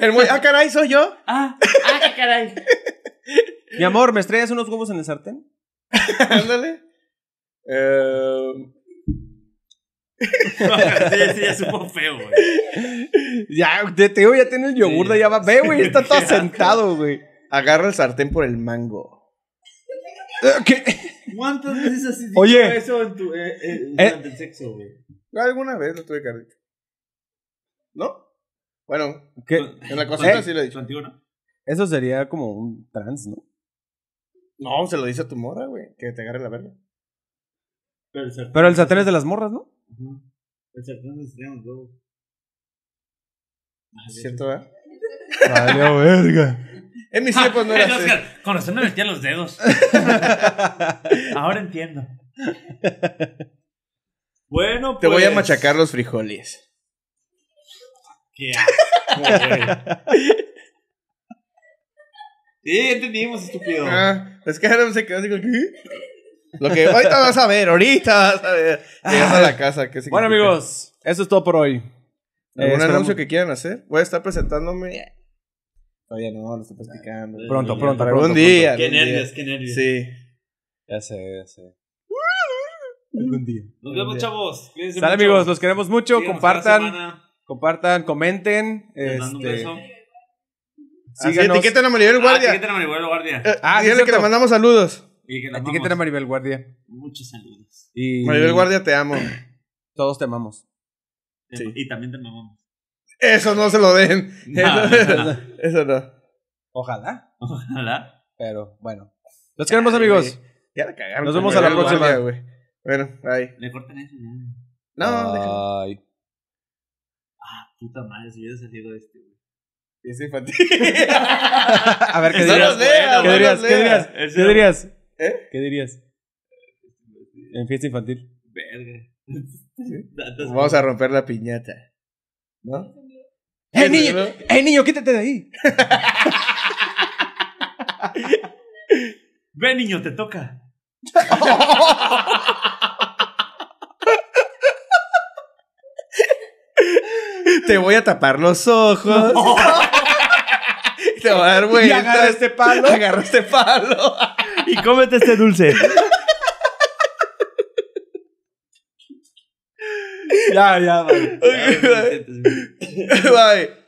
[SPEAKER 2] El muy, ah, caray, soy yo.
[SPEAKER 3] Ah, ah, qué caray.
[SPEAKER 1] Mi amor, ¿me estrellas unos huevos en el sartén?
[SPEAKER 2] Ándale. Eh,
[SPEAKER 3] Sí, sí, ya supo feo, güey.
[SPEAKER 1] Ya, te, te digo, ya tiene el yogur de allá. va- Ve, güey, está todo sentado, güey.
[SPEAKER 2] agarra el sartén por el mango.
[SPEAKER 1] ¿Qué?
[SPEAKER 3] ¿Cuántas veces has dicho
[SPEAKER 1] Oye.
[SPEAKER 3] eso en tu, eh, eh, el sexo, güey?
[SPEAKER 2] Alguna vez lo tuve que haber dicho. ¿No? Bueno,
[SPEAKER 1] ¿Qué?
[SPEAKER 2] en la cocina
[SPEAKER 1] Eh.
[SPEAKER 2] sí lo he dicho.
[SPEAKER 3] Contigo, ¿no?
[SPEAKER 1] Eso sería como un trans, ¿no?
[SPEAKER 2] No, se lo dice a tu mora, güey. Que te agarre la verga.
[SPEAKER 3] Pero el sartén.
[SPEAKER 1] Pero el sartén es de las morras, ¿no?
[SPEAKER 3] Ajá. El sartén es extremo, güey. Ah,
[SPEAKER 1] Ah,
[SPEAKER 2] ¿Cierto, verdad?
[SPEAKER 1] Vale, verga.
[SPEAKER 2] En
[SPEAKER 1] Ah,
[SPEAKER 2] mis tiempos pues, no era
[SPEAKER 3] El
[SPEAKER 2] así.
[SPEAKER 3] Oscar, Con razón me metía los dedos. Ahora entiendo. Bueno,
[SPEAKER 2] Te voy a
[SPEAKER 3] pues,
[SPEAKER 2] machacar los frijoles.
[SPEAKER 3] qué asco, güey. Sí, ya entendimos, estúpido.
[SPEAKER 2] Ah, es que ahora se quedó así como, ¿qué? Lo que ahorita vas a ver, ahorita vas a ver. Llegas a la casa. ¿qué
[SPEAKER 1] Ah.
[SPEAKER 2] significa?
[SPEAKER 1] Bueno, amigos, eso es todo por hoy. Eh,
[SPEAKER 2] ¿Algún
[SPEAKER 1] esperamos-
[SPEAKER 2] anuncio que quieran hacer? Voy a estar presentándome. Todavía no, lo estoy practicando.
[SPEAKER 1] Pronto, pronto,
[SPEAKER 2] Para
[SPEAKER 1] pronto,
[SPEAKER 2] algún
[SPEAKER 1] pronto.
[SPEAKER 2] día.
[SPEAKER 3] Qué
[SPEAKER 2] algún día.
[SPEAKER 3] nervios, qué nervios.
[SPEAKER 2] Sí.
[SPEAKER 1] Ya sé, ya sé. Algún día.
[SPEAKER 3] Nos vemos, chavos. Cuídense
[SPEAKER 1] Sale,
[SPEAKER 3] mucho.
[SPEAKER 1] amigos, los queremos mucho.
[SPEAKER 3] Síganos cada
[SPEAKER 1] compartan,
[SPEAKER 3] semana.
[SPEAKER 1] compartan, comenten.
[SPEAKER 3] Les mando un
[SPEAKER 1] este,
[SPEAKER 3] beso.
[SPEAKER 2] Así,
[SPEAKER 1] síganos.
[SPEAKER 2] etiqueten a Maribel
[SPEAKER 3] Ah,
[SPEAKER 2] Guardia.
[SPEAKER 3] etiqueten a Maribel Guardia.
[SPEAKER 2] Eh,
[SPEAKER 1] Ah, sí,
[SPEAKER 2] Díganle que
[SPEAKER 1] cierto.
[SPEAKER 2] le mandamos saludos.
[SPEAKER 3] Y que la
[SPEAKER 1] Etiqueten a
[SPEAKER 3] amamos.
[SPEAKER 1] Maribel Guardia.
[SPEAKER 3] Muchos saludos.
[SPEAKER 1] Y
[SPEAKER 2] Maribel Guardia, te amo.
[SPEAKER 1] todos te amamos.
[SPEAKER 3] Y también te mamamos.
[SPEAKER 2] Eso no se lo den.
[SPEAKER 3] No,
[SPEAKER 2] eso,
[SPEAKER 3] no, no.
[SPEAKER 2] eso no.
[SPEAKER 1] Ojalá.
[SPEAKER 3] Ojalá.
[SPEAKER 1] Pero bueno. Los queremos, amigos.
[SPEAKER 2] Ya la cagaron.
[SPEAKER 1] Nos
[SPEAKER 2] con
[SPEAKER 1] vemos a la
[SPEAKER 2] Gabriel
[SPEAKER 1] próxima.
[SPEAKER 2] Guardia, güey. Bueno, ahí.
[SPEAKER 3] Le cortan eso ya.
[SPEAKER 2] No, déjalo.
[SPEAKER 1] Ay.
[SPEAKER 3] Puta madre, si hubiera salido este, güey.
[SPEAKER 2] Es infantil.
[SPEAKER 1] A ver, ¿qué
[SPEAKER 2] No
[SPEAKER 1] dirías?
[SPEAKER 2] los leas,
[SPEAKER 1] ¿Qué
[SPEAKER 2] no
[SPEAKER 1] dirías?
[SPEAKER 2] los
[SPEAKER 1] ¿Qué dirías?
[SPEAKER 2] leas.
[SPEAKER 1] ¿Qué dirías?
[SPEAKER 2] ¿Eh?
[SPEAKER 1] ¿Qué dirías? En fiesta infantil.
[SPEAKER 3] Verga. Datos-
[SPEAKER 2] Pues Vamos a romper la piñata. ¿No?
[SPEAKER 1] ¡Eh,
[SPEAKER 2] ¿Qué
[SPEAKER 1] niño!
[SPEAKER 2] dirías?
[SPEAKER 1] ¡Eh, niño, quítate de ahí!
[SPEAKER 3] Ve, niño, te toca.
[SPEAKER 2] Te voy a tapar los ojos. Te voy a dar
[SPEAKER 1] Y
[SPEAKER 2] vueltas.
[SPEAKER 1] agarra este palo.
[SPEAKER 2] Agarra este palo.
[SPEAKER 3] Y cómete este dulce.
[SPEAKER 1] Ya, ya, vale.
[SPEAKER 2] Bye.